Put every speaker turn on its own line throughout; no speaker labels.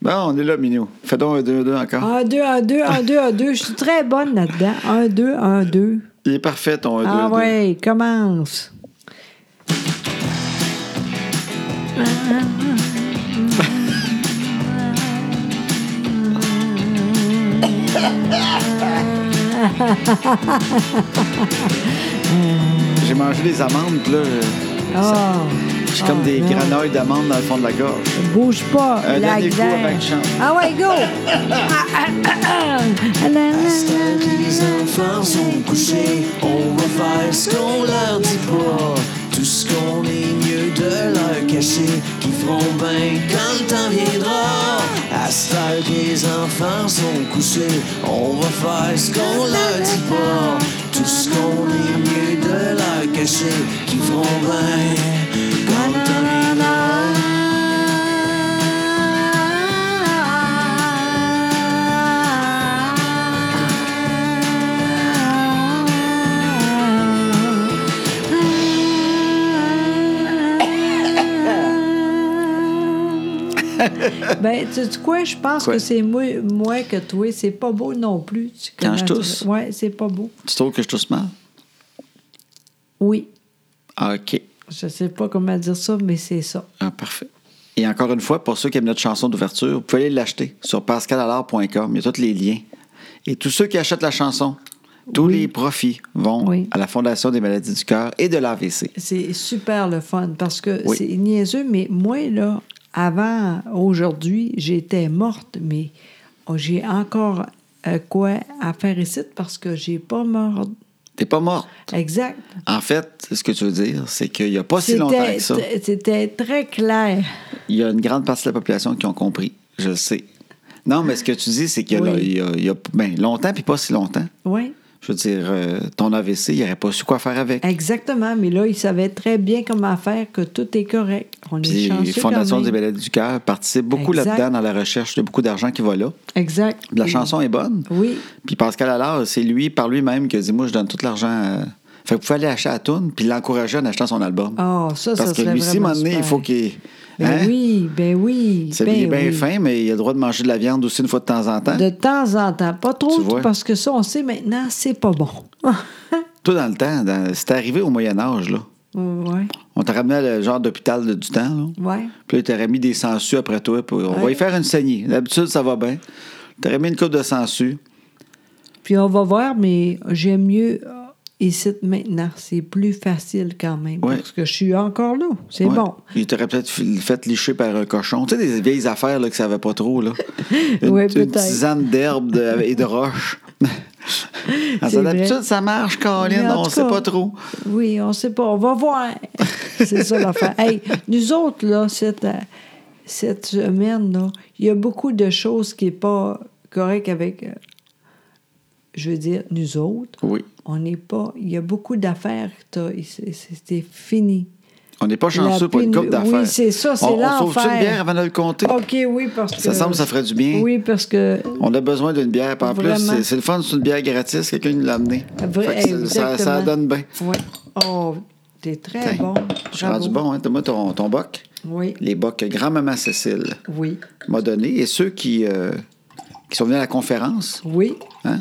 Bon, on est là, Minou. Fais donc un 2-2 encore.
1, 2, 1, 2, 1, 2, 1, 2. Je suis très bonne là-dedans. 1, 2, 1, 2.
Il est parfait, ton 1-2.
Ah ouais, commence.
J'ai mangé des amandes, puis là. je- ça-
Ah.
Je suis comme
Ah,
des
non.
granouilles d'amandes dans le fond de la gorge.
Bouge pas,
Un
la
dernier coup
glaire.
avant que je chante.
Ah ouais, go! Ah, ah, ah, ah. Ah, la, la, la.
Les enfants sont couchés, on va faire ce qu'on leur dit pas. Tout ce qu'on est mieux de leur cacher, qui feront bien quand le temps viendra. À ce heure que les enfants sont couchés, on va faire ce qu'on leur dit pas. Tout ce qu'on est mieux de leur cacher, qui feront bien quand le temps viendra.
Ben, tu sais quoi, je pense
Quoi?
que c'est moi, moi que toi. C'est pas beau non plus. Tu
Quand
comment
je
tu-
tousse?
Ouais, c'est pas beau.
Tu trouves que je tousse mal?
Oui.
Ah, OK.
Je sais pas comment dire ça, mais c'est ça.
Ah, parfait. Et encore une fois, pour ceux qui aiment notre chanson d'ouverture, vous pouvez aller l'acheter sur pascalalard.com. Il y a tous les liens. Et tous ceux qui achètent la chanson, tous les profits vont
Oui.
à la Fondation des maladies du cœur et de l'AVC.
C'est super le fun parce que
Oui.
c'est niaiseux, mais moi, là, avant aujourd'hui, j'étais morte, mais oh, j'ai encore euh, quoi à faire ici parce que j'ai pas mort.
T'es pas mort.
Exact.
En fait, ce que tu veux dire, c'est qu'il n'y a pas si longtemps
C'était
que ça,
c'était très clair.
il y a une grande partie de la population qui ont compris. Je le sais. Non, mais ce que tu dis, c'est qu'il y a,
Oui.
il y a- il y a, ben, longtemps puis pas si longtemps.
Oui,
Je veux dire, euh, ton AVC, il n'aurait pas su quoi faire avec.
exactement. Mais là, ils savaient très bien comment faire, que tout est correct. On est
Puis,
chanceux
Fondation
quand
des
même.
Maladies du Cœur participe beaucoup
Exact.
là-dedans dans la recherche. Il y a beaucoup d'argent qui va là.
Exact.
La
Et-
chanson est bonne.
Oui.
Puis Pascal Allard, c'est lui, par lui-même, qui a dit Moi, je donne tout l'argent. à- Fait que vous pouvez aller acheter à Toon puis l'encourager en achetant son album.
Ah, ça, ça
Parce que
serait
lui, si, à un
vraiment
moment donné, il
super.
faut qu'il.
Ben
Hein?
oui, ben oui.
C'est
ben
il est bien
oui.
fin, mais il a le droit de manger de la viande aussi une fois de temps en temps.
De temps en temps. Pas trop,
Hein? Tu vois?
parce que ça, on sait maintenant, c'est pas bon.
Tout dans le temps, dans- c'était arrivé au Moyen-Âge, là.
ouais.
On t'a ramené le genre d'hôpital de- du temps, là.
Ouais.
Puis là, il t'aurait mis des sangsues après toi. puis on va
Ouais.
y faire une saignée. D'habitude, ça va bien. T'aurais mis une coupe de sangsues.
Puis on va voir, mais j'aime mieux euh, ici maintenant. C'est plus facile quand même.
Ouais.
Parce que je suis encore là. C'est
Ouais.
bon.
Il t'aurait peut-être fi- fait licher par un cochon. Tu sais, des vieilles affaires là, que ça savait pas trop. Là. Une,
Ouais,
une
peut-être.
tisane d'herbe de- et de roche. Ah,
C'est
ça,
vrai.
D'habitude, ça marche, Colin.
Mais en
On
tout
sait
cas,
pas trop.
Oui, on sait pas. On va voir. C'est ça l'affaire. Hey, nous autres, là, cette, euh, cette semaine, là, il y a beaucoup de choses qui n'est pas correctes avec, euh, je veux dire, nous autres.
Oui.
On n'est pas. Il y a beaucoup d'affaires que t'as- et c'est- c'est c'est fini.
On n'est pas chanceux
La
pour une
pénu-
coupe d'affaires.
Oui, c'est ça, c'est
On- On sauve-tu
l'enfer.
une bière avant de le compter?
OK, oui, parce que.
Ça semble que ça ferait du bien.
Oui, parce que.
On a besoin d'une bière. Puis en plus,
Vraiment.
c'est- c'est le fun, c'est une bière gratis. Quelqu'un nous l'a amenée.
Vrai-
Fait que ça- ça, ça
eh, exactement.
donne bien.
Oui. Oh, t'es très
Tiens,
bon.
Je suis
Bravo.
rendu bon. Hein. Donne-moi ton, ton boc.
Oui,
Les bocs que grand-maman Cécile
oui,
m'a donné. Et ceux qui, euh, qui sont venus à la conférence,
oui.
Hein?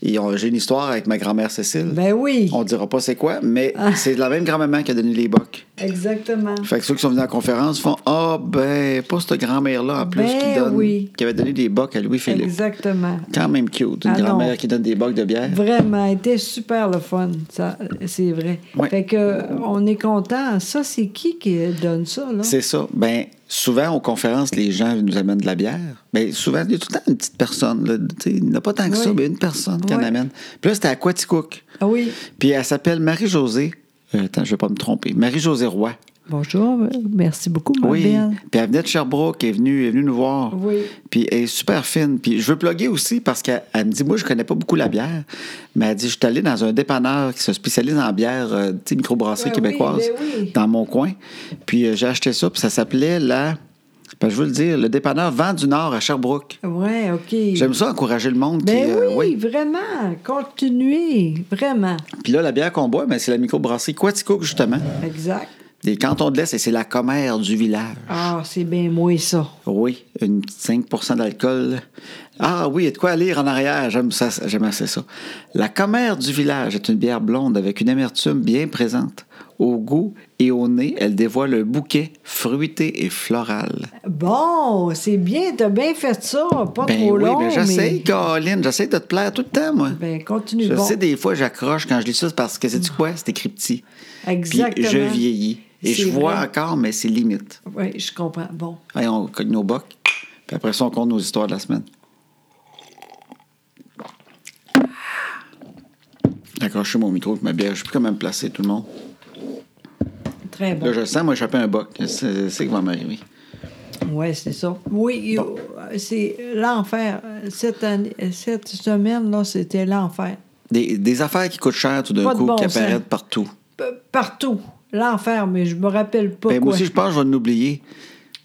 Et on- j'ai une histoire avec ma grand-mère Cécile.
Ben oui, Ah.
On dira pas c'est quoi, mais c'est la même grand-maman qui a donné les bocs.
exactement.
Fait que ceux qui sont venus à la conférence font Ah, ben, pas cette grand-mère-là en plus qui,
Ben
donne,
oui.
qui avait donné des bocs à Louis-Philippe.
Exactement.
Quand même cute, une
Ah non.
grand-mère qui donne des bocs de bière.
Vraiment, était super le fun, ça, c'est vrai.
Ouais.
Fait que euh, on est content. Ça, c'est qui qui donne ça là
C'est ça. Ben, souvent, aux conférences, les gens nous amènent de la bière. Ben, souvent, il y a tout le temps une petite personne. là. Tu sais, Il n'y en a pas tant que ça,
Oui.
mais une personne qui en
Oui.
amène. Puis là, c'était à Quaticook.
Ah oui.
Puis elle s'appelle Marie-Josée. Euh, attends, je ne vais pas me tromper. Marie-Josée Roy.
Bonjour, euh, merci beaucoup, ma
Oui.
belle.
Puis elle venait de Sherbrooke, elle est venue, elle est venue nous voir.
Oui.
Puis elle est super fine. Puis je veux plugger aussi parce qu'elle elle me dit Moi, je connais pas beaucoup la bière. Mais elle dit Je suis allée dans un dépanneur qui se spécialise en bière, euh, tu sais, microbrasserie
Ouais,
québécoise,
oui, ben oui.
dans mon coin. Puis euh, j'ai acheté ça, puis ça s'appelait la. ben, je veux le dire, le dépanneur Vent du Nord à Sherbrooke.
Ouais, OK.
J'aime ça encourager le monde
Ben
qui. euh,
oui, vraiment, continuez, vraiment.
Puis là, la bière qu'on boit, ben, c'est la microbrasserie Quaticook, justement.
Exact.
Des cantons de l'Est, et c'est la commère du village.
Ah, c'est bien moi, ça.
Oui, une petite 5 d'alcool. Ah oui, et de quoi lire en arrière, j'aime ça, j'aime assez ça. La commère du village est une bière blonde avec une amertume bien présente. Au goût et au nez, elle dévoile un bouquet fruité et floral.
Bon, c'est bien, t'as bien fait ça. Pas
Ben
trop
oui,
long,
ben j'essaie,
mais...
Caroline, j'essaie de te plaire tout le temps, moi.
Ben, continue,
Je
bon. Ah.
sais, des fois, j'accroche quand je lis ça c'est parce que c'est du quoi? C'est écrit petit. Puis
Exactement.
je vieillis. Et
C'est
je vois
vrai.
encore, mais c'est limite.
Oui, je comprends. Bon.
Allez, on cogne nos bocs. Puis après ça, on compte nos histoires de la semaine. Accrochez mon micro avec ma bière. Je sais plus comment me placer, tout le monde.
Très
Là,
bon.
je sens, moi, échapper un boc. C'est c'est qui va m'arriver.
Oui, c'est ça. Oui, euh, c'est l'enfer. Cette, année- cette semaine-là, c'était l'enfer.
Des, des affaires qui coûtent cher tout d'un
Pas de
coup,
bon
qui
sens.
apparaissent partout.
P- Partout. L'enfer, mais je me rappelle pas
Ben, moi
quoi.
aussi, je pense que je vais l'oublier.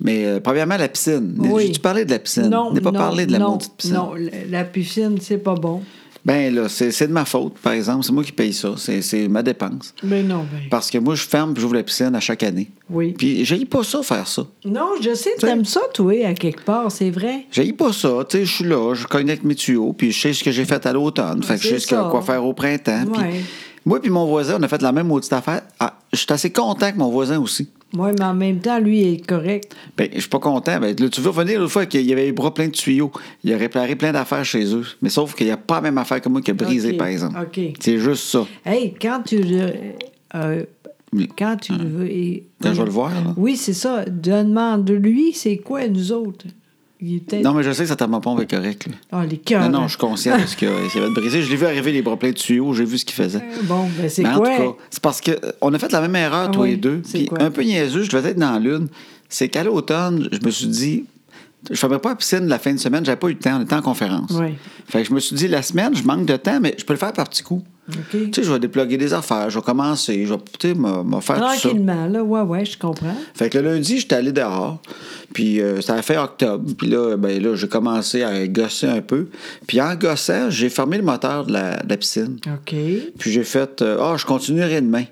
Mais euh, premièrement, la piscine.
Oui.
Tu parlais de la piscine. n'ai pas parlé de la
non,
maudite piscine.
Non, la la piscine, c'est pas bon.
Ben là, c'est c'est de ma faute, par exemple. C'est moi qui paye ça. C'est c'est ma dépense.
Mais non, ben.
Parce que moi, je ferme et j'ouvre la piscine à chaque année.
Oui.
Puis, j'ai pas ça, faire ça.
Non, je sais,
Tu sais-
t'aimes ça, toi, à quelque part, c'est vrai.
J'ai pas ça, tu sais, je suis là, je connecte mes tuyaux, puis je sais ce que j'ai fait à l'automne, fait que je
C'est
sais ce que-
ça.
quoi faire au printemps. puis
Ouais.
moi puis mon voisin, on a fait la même maudite affaire. Ah, je suis assez content que mon voisin aussi.
Oui, mais en même temps, lui, il est correct.
Ben, je suis pas content. Ben, là, tu veux revenir l'autre fois qu'il y avait les bras plein de tuyaux. Il a réparé plein d'affaires chez eux. Mais sauf qu'il n'y a pas la même affaire que moi qui a brisé,
Ok,
par exemple.
ok.
C'est juste ça.
Hey, quand tu. le- euh,
Mais-
quand tu le veux. et-
Ah. Quand je vais le voir, là.
Oui, c'est ça. Demande-lui, c'est quoi, nous autres? Il est peut-être.
Non, mais je sais que ça t'a pas pompe est correct. là.
Ah, les cœurs.
Non, non, je suis conscient de ce qu'il y a- qu'il y avait de brisé. Je l'ai vu arriver les bras pleins de tuyaux, j'ai vu ce qu'il faisait.
Bon, ben, c'est
Mais en
quoi?
tout cas, c'est parce qu'on a fait la même erreur,
Ah
toi
oui,
et deux.
c'est
Puis
quoi?
un peu niaiseux, je devais être dans l'une. C'est qu'à l'automne, je me suis dit, je ne fermais pas la piscine la fin de semaine, j'avais pas eu le temps, on était en conférence.
Oui.
Fait que je me suis dit, la semaine, je manque de temps, mais je peux le faire par petits coups.
OK.
Tu sais, je vais déploguer des affaires, je vais commencer, je vais tu sais, me me faire tout ça.
Tranquillement, là. Ouais, ouais, je comprends.
Fait que le lundi, j'étais allé dehors. Puis euh, ça a fait octobre. Puis là, ben là, j'ai commencé à gosser un peu. Puis en gossant, j'ai fermé le moteur de la, de la piscine.
OK.
Puis j'ai fait euh, Ah, je continuerai demain.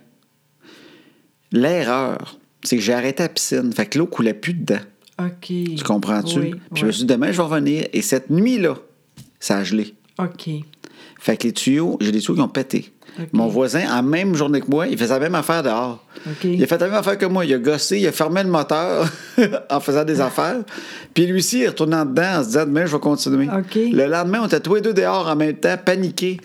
L'erreur, c'est que j'ai arrêté la piscine. Fait que l'eau coulait plus dedans.
OK.
Tu comprends-tu?
Oui,
Puis je me
oui.
suis dit demain, je vais revenir. Et cette nuit-là, ça a gelé.
OK.
Fait que les tuyaux, j'ai des tuyaux qui ont pété.
OK.
Mon voisin, en même journée que moi, il faisait la même affaire dehors.
OK.
Il a fait la même affaire que moi. Il a gossé, il a fermé le moteur en faisant des affaires. Puis lui aussi, il est retourné en dedans en se disant demain, je vais continuer.
OK.
Le lendemain, on était tous les deux dehors en même temps, paniqués.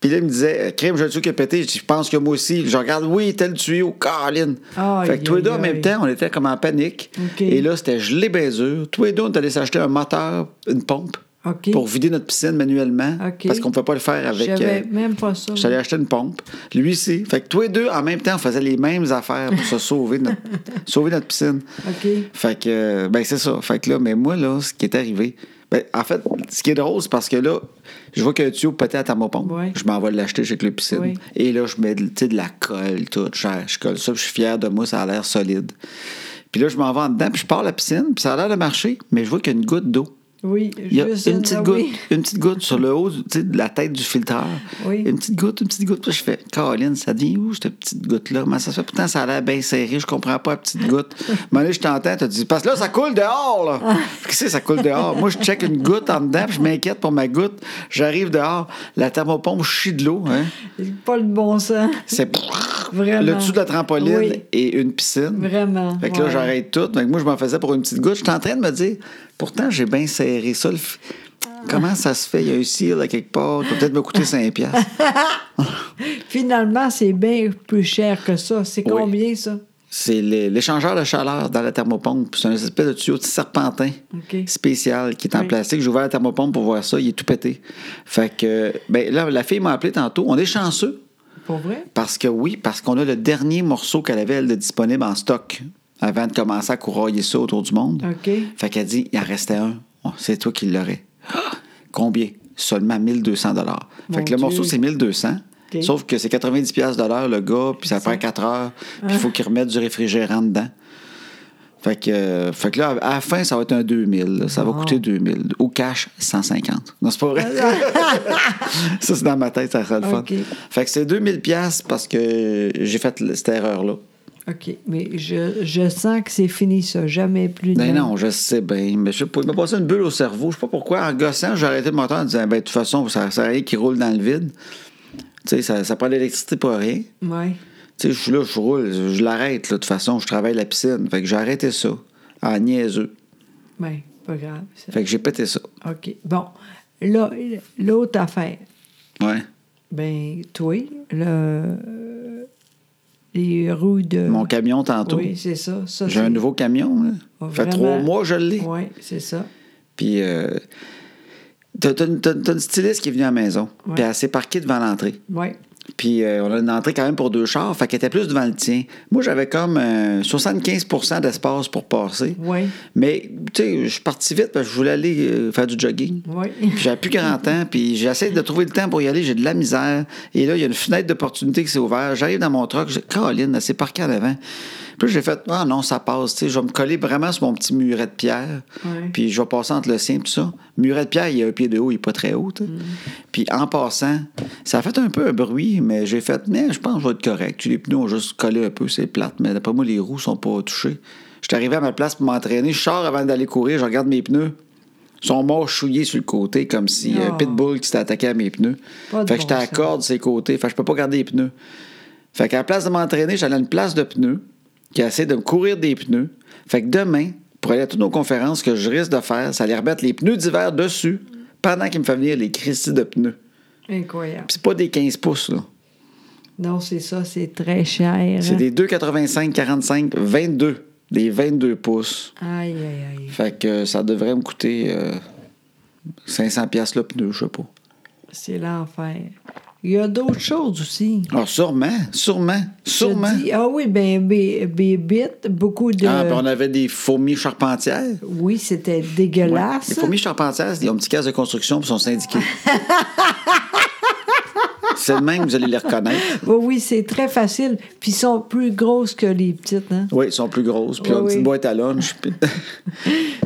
Puis là, il me disait, crème, j'ai un tuyau qui a pété. Je dis, je pense que moi aussi. Je regarde, oui, tel tuyau, Caroline.
Aïe,
fait que tous les deux, en
aïe,
même
aïe.
temps, on était comme en panique.
OK.
Et là, c'était gelé bien dur. Tous les deux, on est allé s'acheter un moteur, une pompe,
OK.
pour vider notre piscine manuellement.
OK.
Parce qu'on ne peut pas le faire avec.
J'avais
euh,
même pas ça.
je suis allé acheter une pompe. Lui, c'est. Fait que tous les deux, en même temps, on faisait les mêmes affaires pour se sauver de notre, sauver notre piscine.
OK.
Fait que, euh, ben, c'est ça. Fait que là, mais moi, là, ce qui est arrivé. Ben, en fait, ce qui est drôle, c'est parce que là, je vois qu'un tuyau peut-être à thermopompe.
Ouais.
Je m'en vais l'acheter chez Club Piscine.
Oui.
Et là, je mets de, tu sais, de la colle, tout. Je, je colle ça, puis je suis fier de moi, ça a l'air solide. Puis là, je m'en vais en dedans, puis je pars à la piscine, puis ça a l'air de marcher, mais je vois qu'il y a une goutte d'eau.
Oui,
Il y a
juste
une petite
ah
goutte,
oui.
une petite goutte sur le haut tu sais, de la tête du filtreur.
Oui.
Une petite goutte, une petite goutte. Puis je fais, Caroline, ça devient où cette petite goutte-là? Comment ça se fait? Pourtant, ça a l'air bien serré, je comprends pas la petite goutte. Mais là, je t'entends, tu dis, parce que là, ça coule dehors, là.
Ah.
Qu'est-ce que ça coule dehors? Moi, je check une goutte en dedans, puis je m'inquiète pour ma goutte. J'arrive dehors, la thermopompe chie de l'eau. Hein.
Pas le bon sens.
C'est
Vraiment.
le dessous de la trampoline
Oui.
et une piscine.
Vraiment,
Fait que là,
ouais.
j'arrête tout. Fait que moi, je m'en faisais pour une petite goutte. J'étais en train de me dire, pourtant, j'ai bien serré ça. le f- Comment ça se fait? Il y a un cil à quelque part. Ça va peut-être me coûter 5 piastres.
Finalement, c'est bien plus cher que ça. C'est
Oui.
combien, ça?
C'est l'é- l'échangeur de chaleur dans la thermopompe. C'est un espèce de tuyau de serpentin
OK.
spécial qui est en
Oui.
plastique. J'ai ouvert la thermopompe pour voir ça. Il est tout pété. Fait que, euh, ben là, la fille m'a appelé tantôt. On est chanceux.
Pour vrai?
Parce que oui, parce qu'on a le dernier morceau qu'elle avait, elle, de disponible en stock avant de commencer à courailler ça autour du monde.
OK.
Fait qu'elle dit, il en restait un. Oh, c'est toi qui l'aurais. Ah! Combien? Seulement 1200 dollars. Fait
Mon
que le morceau,
Dieu.
c'est 1200.
OK.
Sauf que c'est 90 pièces de l'heure, le gars, puis ça prend 4 heures, puis
Ah.
il faut qu'il remette du réfrigérant dedans. Fait que, euh, fait que là, à la fin, ça va être un 2000. là. Ça va coûter 2000. Au cash, 150. Non, c'est pas vrai. ça, c'est dans ma tête, ça sera le fun.
OK.
Fait que c'est 2000 pièces parce que j'ai fait cette erreur-là.
OK. Mais je, je sens que c'est fini, ça. Jamais plus de.
Ben non, je sais bien. Mais je sais pas, il m'a passé une bulle au cerveau. Je sais pas pourquoi. En gossant, j'ai arrêté le moteur en disant, ben, de toute façon, ça sert à rien qu'il roule dans le vide. Tu sais, ça, ça prend de l'électricité pour rien.
Ouais.
Tu sais, je suis là, je roule, je l'arrête, là, de toute façon, je travaille la piscine. Fait que j'ai arrêté ça, en niaiseux.
Ben, pas grave. ça.
Fait que j'ai pété ça.
OK. Bon. Là, l'autre affaire.
Ouais.
Ben, toi, le... les roues de.
Mon camion tantôt.
Oui, c'est Oh, ça. ça
J'ai un nouveau camion, là. fait trois mois, je l'ai.
Oui, c'est ça.
Puis, euh, t'as t'as une, t'as une- t'as une styliste qui est venue à la maison.
Ouais.
Puis, elle s'est parquée devant l'entrée.
Oui.
Puis, euh, on a une entrée quand même pour deux chars. Fait qu'elle était plus devant le tien. Moi, j'avais comme euh, 75 d'espace pour passer.
Ouais.
Mais, tu sais, je suis parti vite parce que je voulais aller euh, faire du jogging.
Oui.
Puis j'avais plus 40 ans, puis j'essaie de trouver le temps pour y aller, j'ai de la misère. Et là, il y a une fenêtre d'opportunité qui s'est ouverte. J'arrive dans mon truck, je dis, Caroline, elle s'est parquée en avant. Puis là, j'ai fait, ah non, ça passe, tu sais, je vais me coller vraiment sur mon petit muret de pierre.
Ouais.
Puis je vais passer entre le sien, tout ça. Muret de pierre, il a un pied de haut, il n'est pas très haut, tu sais. Puis en passant, ça a fait un peu un bruit, mais j'ai fait, mais je pense que je vais être correct. Les pneus ont juste collé un peu, c'est plate, mais d'après moi, les roues sont pas touchées. Je suis arrivé à ma place pour m'entraîner, je sors avant d'aller courir, je regarde mes pneus. Ils sont morts chouillés sur le côté, comme si
Oh.
euh, Pitbull qui s'était attaqué à mes pneus.
Pas de
fait que
bon
j'étais à
sens.
corde sur les côtés. Fait que je peux pas garder les pneus. Fait qu'à la place de m'entraîner, j'allais à une place de pneus qui essaie de me courir des pneus. Fait que demain, pour aller à toutes nos conférences, ce que je risque de faire, c'est aller remettre les pneus d'hiver dessus pendant qu'il me fait venir les crises de pneus.
Incroyable.
Puis c'est pas des 15 pouces, là.
Non, c'est ça, c'est très cher. hein.
C'est des 2,85, 45, 22. Des 22 pouces.
Aïe, aïe, aïe.
Fait que euh, ça devrait me coûter euh, 500 pièces le pneu, je sais pas.
C'est l'enfer. Il y a d'autres choses aussi.
Alors, Ah, sûrement, sûrement, sûrement.
Je dis- euh, ah oui, ben, bé- bébite, beaucoup de.
Ah, puis on avait des fourmis charpentières.
Oui, c'était
Les
dégueulasse.
fourmis charpentières, ils ont un petit casse de construction puis sont syndiqués. C'est le même, vous allez les reconnaître.
Oui, oui, c'est très facile. Puis ils sont plus grosses que les petites. Hein?
Oui, ils sont plus grosses, puis ils ont une
Oui,
petite
oui.
boîte à lunch. puis-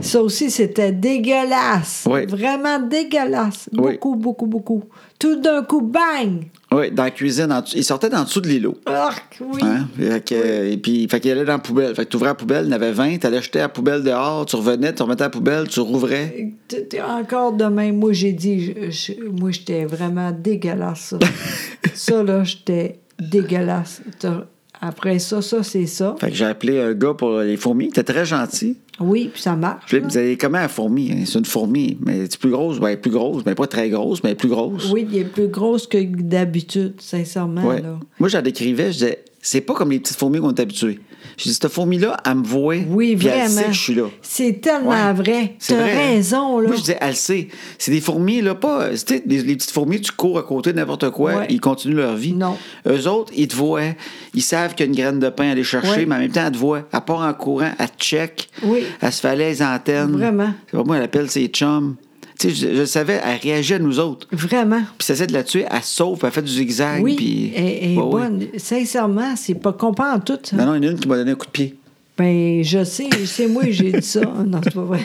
Ça aussi, c'était dégueulasse.
Oui.
Vraiment dégueulasse.
Oui.
Beaucoup, beaucoup, beaucoup. Tout d'un coup, bang!
oui, dans la cuisine, en dessous- ils sortaient en dessous de l'îlot.
Arc, oui.
Hein? Fait que- et puis, fait qu'ils allaient dans la poubelle. Fait que tu ouvrais la poubelle, il y en avait 20, tu allais jeter la poubelle dehors, tu revenais, tu remettais la poubelle, tu rouvrais.
T- t- Encore demain, moi, j'ai dit, je- je- moi, j'étais vraiment dégueulasse. Ça, ça là, j'étais dégueulasse. T'as- Après ça, ça, c'est ça.
Fait que j'ai appelé un gars pour les fourmis, il était très gentil.
Oui, puis ça marche.
Je lui ai
là.
dit, vous allez comment la fourmi? hein? C'est une fourmi. Mais c'est plus grosse? Ben, plus grosse. Mais pas très grosse, mais plus grosse.
Oui, il est plus grosse que d'habitude, sincèrement.
Ouais.
Là.
Moi, je la décrivais, je disais, c'est pas comme les petites fourmis qu'on est habitué. Je dis, cette fourmi-là, elle me voit.
Oui,
puis
vraiment.
Elle sait que je suis là.
C'est tellement
Ouais.
vrai.
C'est
T'as
vrai, hein?
raison, là.
Moi, je disais, elle sait. C'est des fourmis, là, pas. Tu sais, les, les petites fourmis, tu cours à côté de n'importe quoi,
Ouais.
ils continuent leur vie.
Non.
Eux autres, ils te voient. Ils savent qu'il y a une graine de pain à aller chercher,
Ouais.
mais en même temps, elle te voit. Elle part en courant, elle te check.
Oui.
Elle se fait aller les antennes.
Vraiment.
C'est pas moi, elle appelle ses chums. Tu sais, je, je le savais, elle réagit à nous autres.
Vraiment.
Puis ça essaie de la tuer, elle se sauve, puis elle fait du zigzag.
Oui,
puis...
elle- elle est
Ouais, ouais.
bonne. Sincèrement, c'est pas comparable en tout. ça.
Non, non, il y en a une qui m'a donné un coup de pied.
Ben, je sais, c'est moi j'ai dit ça. Non, c'est pas vrai.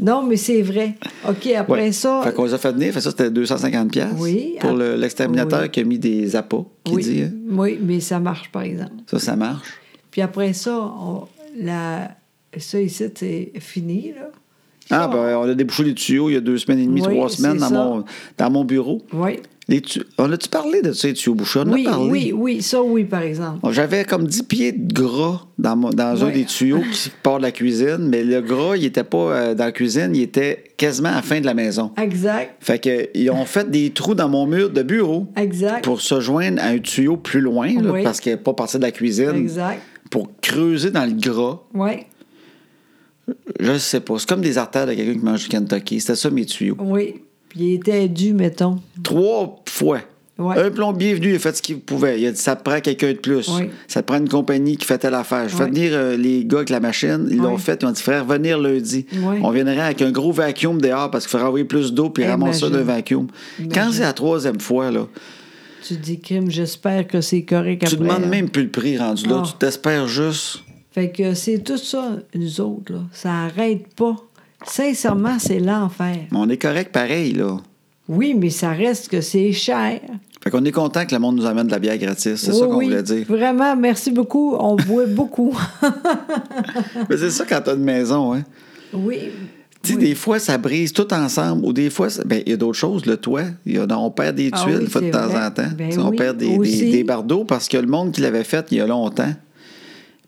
Non, mais c'est vrai. OK, après
Ouais.
ça,
Fait qu'on les a fait venir. Fait ça, c'était 250 pièces
Oui.
Pour
Ah.
le- l'exterminateur
Oui.
qui a mis des appâts, qui
oui,
dit, hein,
oui, mais ça marche, par exemple.
ça, ça marche.
Puis après ça, on- la, ça ici, c'est fini, là.
Ah,
Ça,
ben, on a débouché les tuyaux il y a deux semaines et demie,
Oh. Oui,
trois semaines dans
c'est ça.
mon, dans mon bureau.
Oui,
Les tu- On a-tu parlé de ces tuyaux bouchés? On en
oui,
a parlé.
oui, oui, ça, oui, par exemple.
J'avais comme 10 pieds de gras dans, mon- dans un
Ouais.
des tuyaux qui part de la cuisine, mais le gras, il n'était pas euh, dans la cuisine, il était quasiment à la fin de la maison.
Exact,
Fait que, ils ont fait des trous dans mon mur de bureau
exact,
pour se joindre à un tuyau plus loin, là,
Oui.
parce qu'il n'est pas parti de la cuisine,
exact.
pour creuser dans le gras.
Oui,
Je sais pas. C'est comme des artères de quelqu'un qui mange du Kentucky. C'était ça mes tuyaux.
oui. Puis il était dû, mettons.
Trois fois.
Ouais.
Un plombier est venu, il a fait ce qu'il pouvait. Il a dit ça te prend quelqu'un de plus.
Ouais.
Ça te prend une compagnie qui fait telle affaire. Je fais
Ouais.
venir euh, les gars avec la machine. Ils l'ont
Ouais.
fait. Ils ont dit frère, venir lundi.
Ouais.
On viendrait avec un gros vacuum dehors parce qu'il faudra envoyer plus d'eau puis
Imagine.
ramasser ça d'un vacuum. Quand
Imagine.
c'est la troisième fois, là,
Tu dis, crime, j'espère que c'est correct
tu
après.
demandes
hein.
même plus le prix rendu là.
Ah.
Tu t'espères juste.
Fait que c'est tout ça, nous autres, là. Ça arrête pas. Sincèrement, c'est l'enfer.
Mais on est correct pareil, là.
Oui, mais ça reste que c'est cher.
Fait qu'on est content que le monde nous amène de la bière gratis. C'est
Oui,
ça qu'on
oui.
voulait dire.
Vraiment, merci beaucoup. On boit beaucoup.
Mais c'est ça quand t'as une maison, hein.
oui.
Tu sais,
Oui.
des fois, ça brise tout ensemble. Ou des fois, ça- ben, il y a d'autres choses. Le toit, il y en a- on perd des
Ah
tuiles
oui,
une fois de
c'est
temps
vrai.
en temps.
Ben
Tu sais, on
oui,
perd des, des,
aussi.
des bardeaux parce que le monde qui l'avait fait il y a longtemps,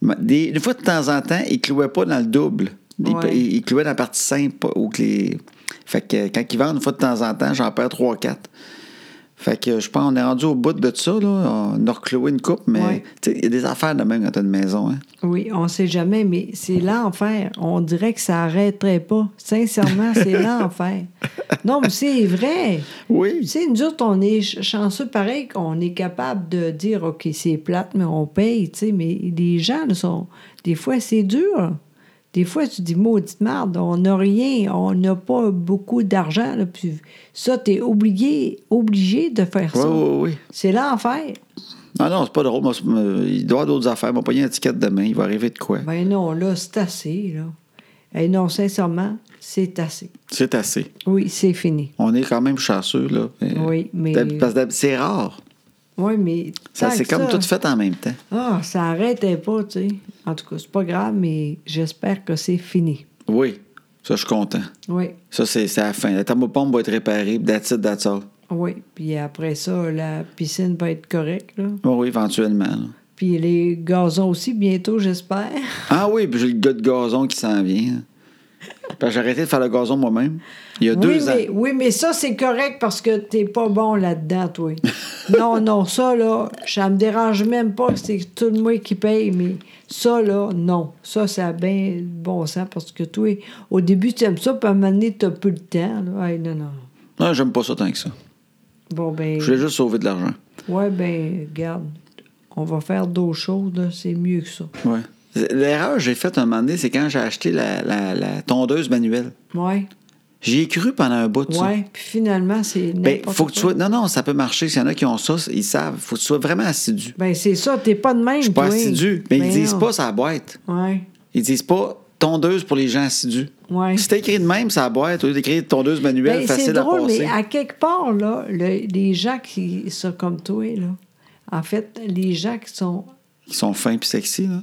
ma- des, une fois de temps en temps, il clouait pas dans le double. Il,
Ouais.
il- il clouait dans la partie simple. pas- Ou que les... Fait que quand ils vendent une fois de temps en temps, j'en perds 3-4. Fait que je pense qu'on est rendu au bout de ça. Là. On a recloué une coupe, mais
Ouais.
tu sais, il y a des affaires de même quand t'as une maison. Hein.
Oui, on sait jamais, mais c'est l'enfer. On dirait que ça arrêterait pas. Sincèrement, c'est l'enfer. Non, mais c'est vrai. Tu
Oui.
sais, nous autres, on est ch- chanceux pareil qu'on est capable de dire, OK, c'est plate, mais on paye, tu sais, mais les gens, là, sont... des fois, c'est dur. Des fois, tu dis, maudite marde, on n'a rien, on n'a pas beaucoup d'argent, là, puis ça, t'es obligé, obligé de faire
Oui,
ça.
oui, oui.
C'est l'enfer.
Non, non, c'est pas drôle. Moi, c'est- me- il doit y avoir d'autres affaires. Il m'a pogné une étiquette demain. Il va arriver de quoi?
Ben non, là, c'est assez, là. Et non, sincèrement, c'est assez.
C'est assez.
Oui, c'est fini.
On est quand même chanceux, là. Euh,
Oui, mais-
d'hab- Parce que d'hab- c'est rare.
Oui, mais.
Ça,
tant
c'est
que
comme
ça-
tout fait en même temps.
Ah, ça arrêtait pas, tu sais. En tout cas, c'est pas grave, mais j'espère que c'est fini.
Oui. Ça, je suis content.
Oui,
Ça, c'est c'est la fin. La thermopompe va être réparée. puis That's it, that's all.
oui. Puis après ça, la piscine va être correcte, là.
Oui, oui, éventuellement. là.
Puis les gazons aussi, bientôt, j'espère.
Ah oui, puis j'ai le gars de gazon qui s'en vient. Parce que j'ai arrêté de faire le gazon moi-même. Il y a
Oui,
deux ans.
mais, oui, mais ça, c'est correct parce que t'es pas bon là-dedans, toi. non, non, ça, là, ça me dérange même pas que c'est tout le monde qui paye, mais ça, là, non. Ça, ça a bien du bon sens parce que toi, au début, tu aimes ça, puis à un moment donné, t'as plus le temps. Là. Hey, non, non.
Non, j'aime pas ça tant que ça.
Bon, ben.
Je voulais juste sauver de l'argent.
Ouais, ben, garde. On va faire d'autres choses, là. C'est mieux que ça.
Ouais. L'erreur que j'ai faite un moment donné, c'est quand j'ai acheté la- la- la tondeuse manuelle.
Ouais.
J'y ai cru pendant un bout de ça.
Ouais. Puis finalement, c'est.
Ben,
n'importe
faut que tu
quoi.
sois. Non, non, ça peut marcher. S'il y en a qui ont ça, ils savent. Faut que tu sois vraiment assidu.
Ben, c'est ça. T'es pas de même. Ben,
Je suis pas assidu. Mais ils disent pas ça boîte.
Ouais.
Ils disent pas tondeuse pour les gens assidus.
Ouais.
Si t'as écrit de même ça boîte, au lieu d'écrire tondeuse manuelle,
Ben, c'est
facile à
drôle,
passer.
mais à quelque part, là, le- les gens qui sont comme toi, là, en fait, les gens qui sont.
Ils sont fins puis sexy, là.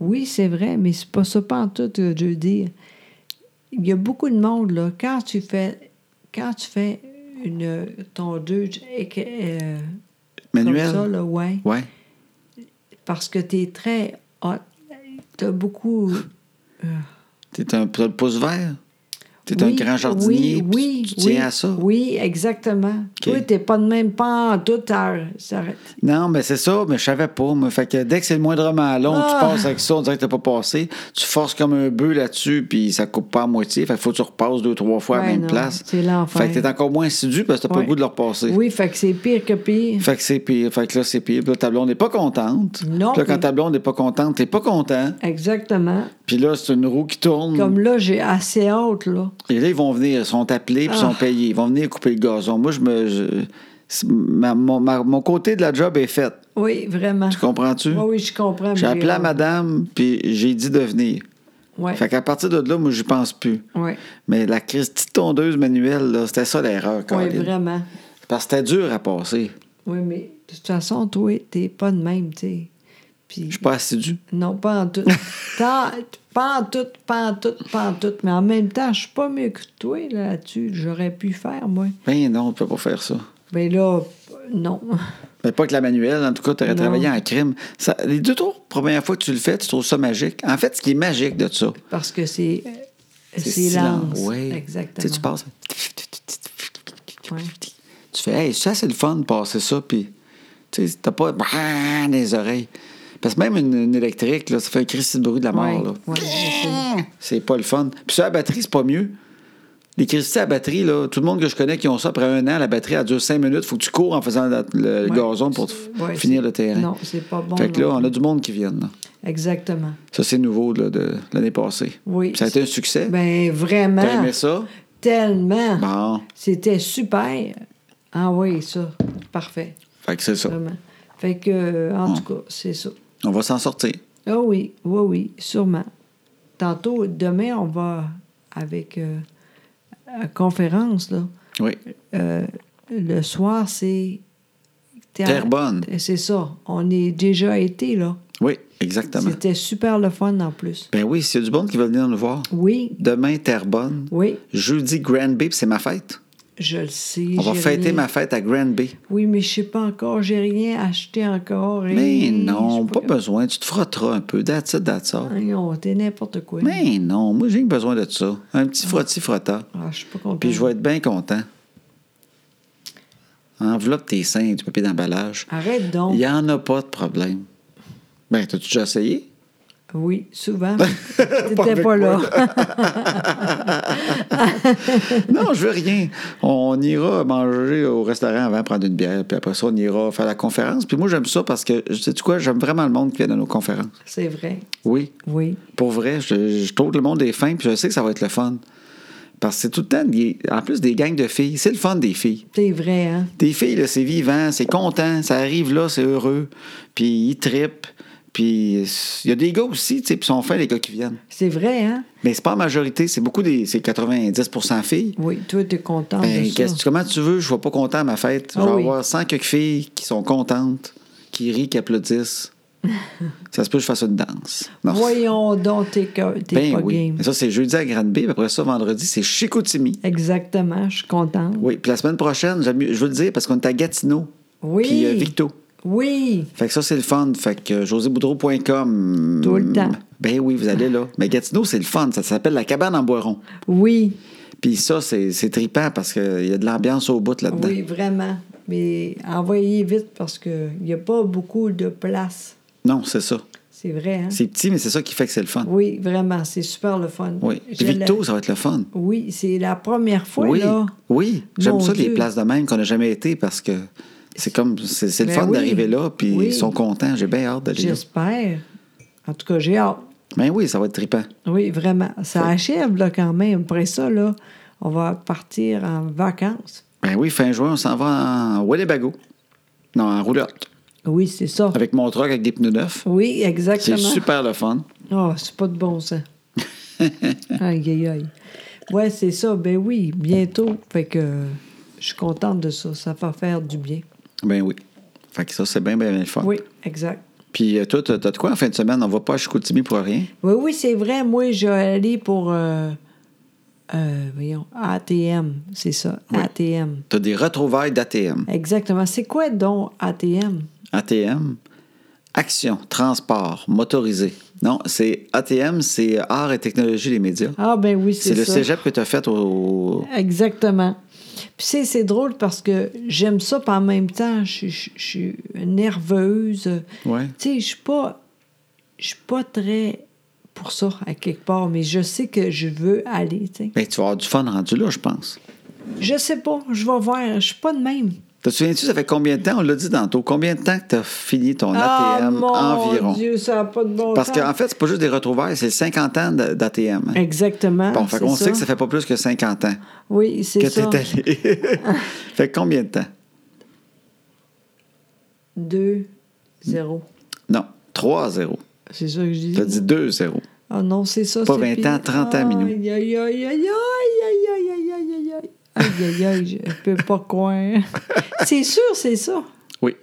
Oui, c'est vrai, mais c'est pas ça pas en tout que je veux dire. Il y a beaucoup de monde, là, quand tu fais. Quand tu fais une tondeuse et que, euh,
Manuel.
comme ça, là, ouais,
Ouais.
parce que tu es très hot, tu as beaucoup.
T'es un t'as le pouce vert. T'es un
Oui,
grand jardinier.
Oui,
puis
oui,
tu tiens
oui,
à ça.
Oui, exactement. Toi, tu pas de même pas en tout. ça- ça-
Non, mais c'est ça, mais je savais pas. moi. Fait que dès que c'est le moindrement long,
Ah!
tu passes avec ça, on dirait que t'as pas passé. Tu forces comme un bœuf là-dessus, puis ça coupe pas à moitié. Fait que faut que tu repasses deux, trois fois à la
Ouais,
même
non,
place.
c'est l'enfer.
Fait que t'es encore moins assidu parce que t'as pas
Ouais.
le goût de le repasser.
Oui, fait que c'est pire que pire.
Fait que c'est pire. Fait que là, c'est pire. Puis là, ta blonde n'est pas contente.
Non,
Puis là, quand
mais-
ta blonde n'est pas contente, t'es pas content.
Exactement.
Puis là, c'est une roue qui tourne.
Comme là, j'ai assez hâte, là.
Et là, ils vont venir, ils sont appelés, puis ils sont
Ah.
payés. Ils vont venir couper le gazon. Moi, je me. je- c'est- ma- mon, ma- mon côté de la job est fait.
Oui, vraiment.
Tu comprends-tu?
Oui, oui, je comprends. mais
J'ai appelé à
hâte.
madame, puis j'ai dit de venir.
Ouais.
Fait qu'à partir de là, moi, j'y pense plus.
Ouais.
Mais la crise petite tondeuse manuelle, là, c'était ça l'erreur, quand
Oui, vraiment.
Parce que c'était dur à passer.
Oui, mais de toute façon, toi, t'es pas de même, tu sais. Puis,
Je suis pas assidu.
non, pas en tout. Tant- pas en tout, pas en tout, pas en tout. Mais en même temps, je suis pas mieux que toi là-dessus. J'aurais pu faire, moi.
Ben non, on peut pas faire ça.
Mais là, non.
Mais pas que la manuelle, en tout cas, tu aurais
Non.
travaillé en crime. Ça- les deux, trois premières fois que tu le fais, tu trouves ça magique. En fait, ce qui est magique de ça,
Parce que c'est. C'est
silence.
lance.
Ouais. Tu sais,
Exactement.
tu passes.
Ouais.
Tu fais, hey, ça, c'est le fun de passer ça, puis tu sais, t'as pas brrrr dans les oreilles. Parce que même une, une électrique, là, ça fait un cri de bruit de la mort.
Ouais,
là.
ouais, je sais.
C'est pas le fun. Puis ça, la batterie, c'est pas mieux. Les cristaux à batterie, là, tout le monde que je connais qui ont ça, après un an, la batterie, elle dure cinq minutes. Faut que tu cours en faisant la- le
Ouais.
gazon pour te f-
Ouais,
finir
c'est-
le terrain.
Non, c'est pas bon.
fait que là,
non.
on a du monde qui vient. là.
Exactement.
Ça, c'est nouveau là, de l'année passée.
Oui.
Puis ça a été un succès.
Ben vraiment.
T'as aimé ça?
Tellement.
Bon.
C'était super. Ah oui, ça. Parfait.
Fait que c'est ça.
Vraiment. Fait que, euh, en tout cas, c'est ça.
On va s'en sortir.
Ah oui, oui, oui, sûrement. Tantôt, demain, on va avec euh, à conférence, là.
Oui.
Euh, le soir, c'est... Terre- Euh,
Terre bonne.
C'est ça. On est déjà été, là.
Oui, exactement.
C'était super le fun, en plus.
Ben oui, s'il y a du monde qui veut venir nous voir.
Oui,
Demain, Terrebonne.
oui,
Jeudi, Granby, puis c'est ma fête.
je le sais.
On va
j'ai
fêter
rien.
ma fête à Granby.
Oui, mais je sais pas encore, j'ai rien acheté encore. et
Mais non,
je sais
pas besoin. Tu te frotteras un peu. That's it, that's all.
Ah Non, t'es n'importe quoi.
Mais non, moi, j'ai besoin de ça. Un petit frotti-frotta.
Ah, je suis pas contente.
Puis je vais être bien content. Enveloppe tes seins du papier d'emballage.
Arrête donc.
Il n'y en a pas de problème. Ben, t'as-tu déjà essayé?
Oui, souvent. T'étais
avec
pas là.
Non, je veux rien. On ira manger au restaurant avant, prendre une bière, puis après ça, on ira faire la conférence. Puis moi, j'aime ça parce que, sais-tu quoi, j'aime vraiment le monde qui vient à nos conférences.
C'est vrai.
Oui.
Oui.
Pour vrai, je, je trouve que le monde est fin, puis je sais que ça va être le fun. Parce que c'est tout le temps, des- en plus des gangs de filles, c'est le fun des filles.
C'est vrai, hein?
Des filles, là, c'est vivant, c'est content, ça arrive là, c'est heureux, puis ils trippent. Puis il y a des gars aussi, tu sais, puis ils sont fins, les gars qui viennent.
C'est vrai, hein?
Mais c'est pas en majorité, c'est beaucoup des c'est 90 filles.
Oui, toi, t'es content
Ben,
de ça.
qu'est-ce- comment tu veux? Je ne suis pas content à ma fête. Je vais
Ah oui.
avoir 100 quelques filles qui sont contentes, qui rient, qui applaudissent. ça se peut que je fasse une danse. Non.
Voyons donc, t'es co- t'es
ben
pas
oui.
game.
Mais ça, c'est jeudi à Grande Bay. Après ça, vendredi, c'est Chicoutimi.
Exactement, je suis contente.
Oui, puis la semaine prochaine, j'aime mieux- je veux le dire, parce qu'on est à Gatineau.
Oui.
Puis euh, Victo.
Oui,
Fait que ça, c'est le fun. Fait que euh, joséboudreau.com.
Tout le temps.
Ben oui, vous allez là. Mais Gatineau, c'est le fun. Ça s'appelle la cabane en Boiron.
oui,
Puis ça, c'est c'est trippant parce qu'il y a de l'ambiance au bout là-dedans.
oui, vraiment. Mais envoyez vite parce qu'il n'y a pas beaucoup de place.
Non, c'est ça.
C'est vrai, hein?
C'est petit, mais c'est ça qui fait que c'est le fun.
Oui, vraiment, c'est super le fun.
Oui. Puis
Je
Victo,
l'ai-
ça va être le fun.
Oui, c'est la première fois,
oui.
là.
Oui. J'aime
Mon
ça, les
Dieu.
places de même qu'on n'a jamais été parce que c'est comme. C'est c'est le
Ben
fun
oui.
d'arriver là, puis
Oui.
ils sont contents. J'ai bien hâte d'aller là.
J'espère. En tout cas, j'ai hâte.
Ben oui, ça va être trippant.
Oui, vraiment. Ça achève, là, quand même. Après ça, là, on va partir en vacances.
Ben oui, fin juin, on s'en va en Winnebago. Non, en roulotte.
Oui, c'est ça.
Avec mon truck avec des pneus neufs.
Oui,
C'est
exactement.
super le fun.
Ah, c'est pas de bon sens. aïe, aïe, aïe. Ouais, c'est ça. Ben oui, bientôt. Fait que je suis contente de ça. Ça va faire du bien.
Ben oui. Fait que ça, c'est bien, bien, bien le fun.
Oui, exact.
Puis euh, toi, t'as t'as de quoi en fin de semaine? On va pas à Chicoutimi pour rien.
Oui, oui, c'est vrai. Moi, j'ai allé pour, euh, euh, voyons, ATM. C'est ça, ATM.
T'as des retrouvailles d'ATM.
Exactement. C'est quoi donc ATM?
ATM, action, transport, motorisé. Non, c'est ATM, c'est art et technologie des médias.
Ah, ben oui, c'est
C'est le
ça.
cégep que tu as fait au.
Exactement. Puis c'est, c'est drôle parce que j'aime ça, puis en même temps, je, suis- je- je suis nerveuse.
Ouais.
Tu sais, je suis pas... Je suis pas très pour ça, à quelque part, mais je sais que je veux aller, tu sais.
Ben, tu vas avoir du fun rendu là, je pense.
Je sais pas, je vais voir. Je suis pas de même.
Te souviens-tu, ça fait combien de temps, on l'a dit tantôt, combien de temps que tu as fini ton
ah,
ATM
mon
environ?
Dieu, ça n'a pas de bon
Parce
sens.
qu'en fait, c'est pas juste des retrouvailles, c'est 50 ans de- d'ATM. hein.
Exactement.
Bon, fait
c'est
qu'on sait que ça fait pas plus que 50 ans
Oui,
que
c'est
tu
ça.
allé. fait que combien de temps?
Deux, zéro.
Non, 3-0.
C'est ça que je dis.
Tu as dit 2-0.
Ah non, c'est ça.
Pas
c'est
20 ans,
fini.
30 ans, Minou.
Aïe, aïe, aïe, aïe, aïe, aïe, aïe, aïe, aïe, aïe, aïe. Aïe, aïe, aïe, je peux pas croire. c'est sûr, c'est ça.
Oui.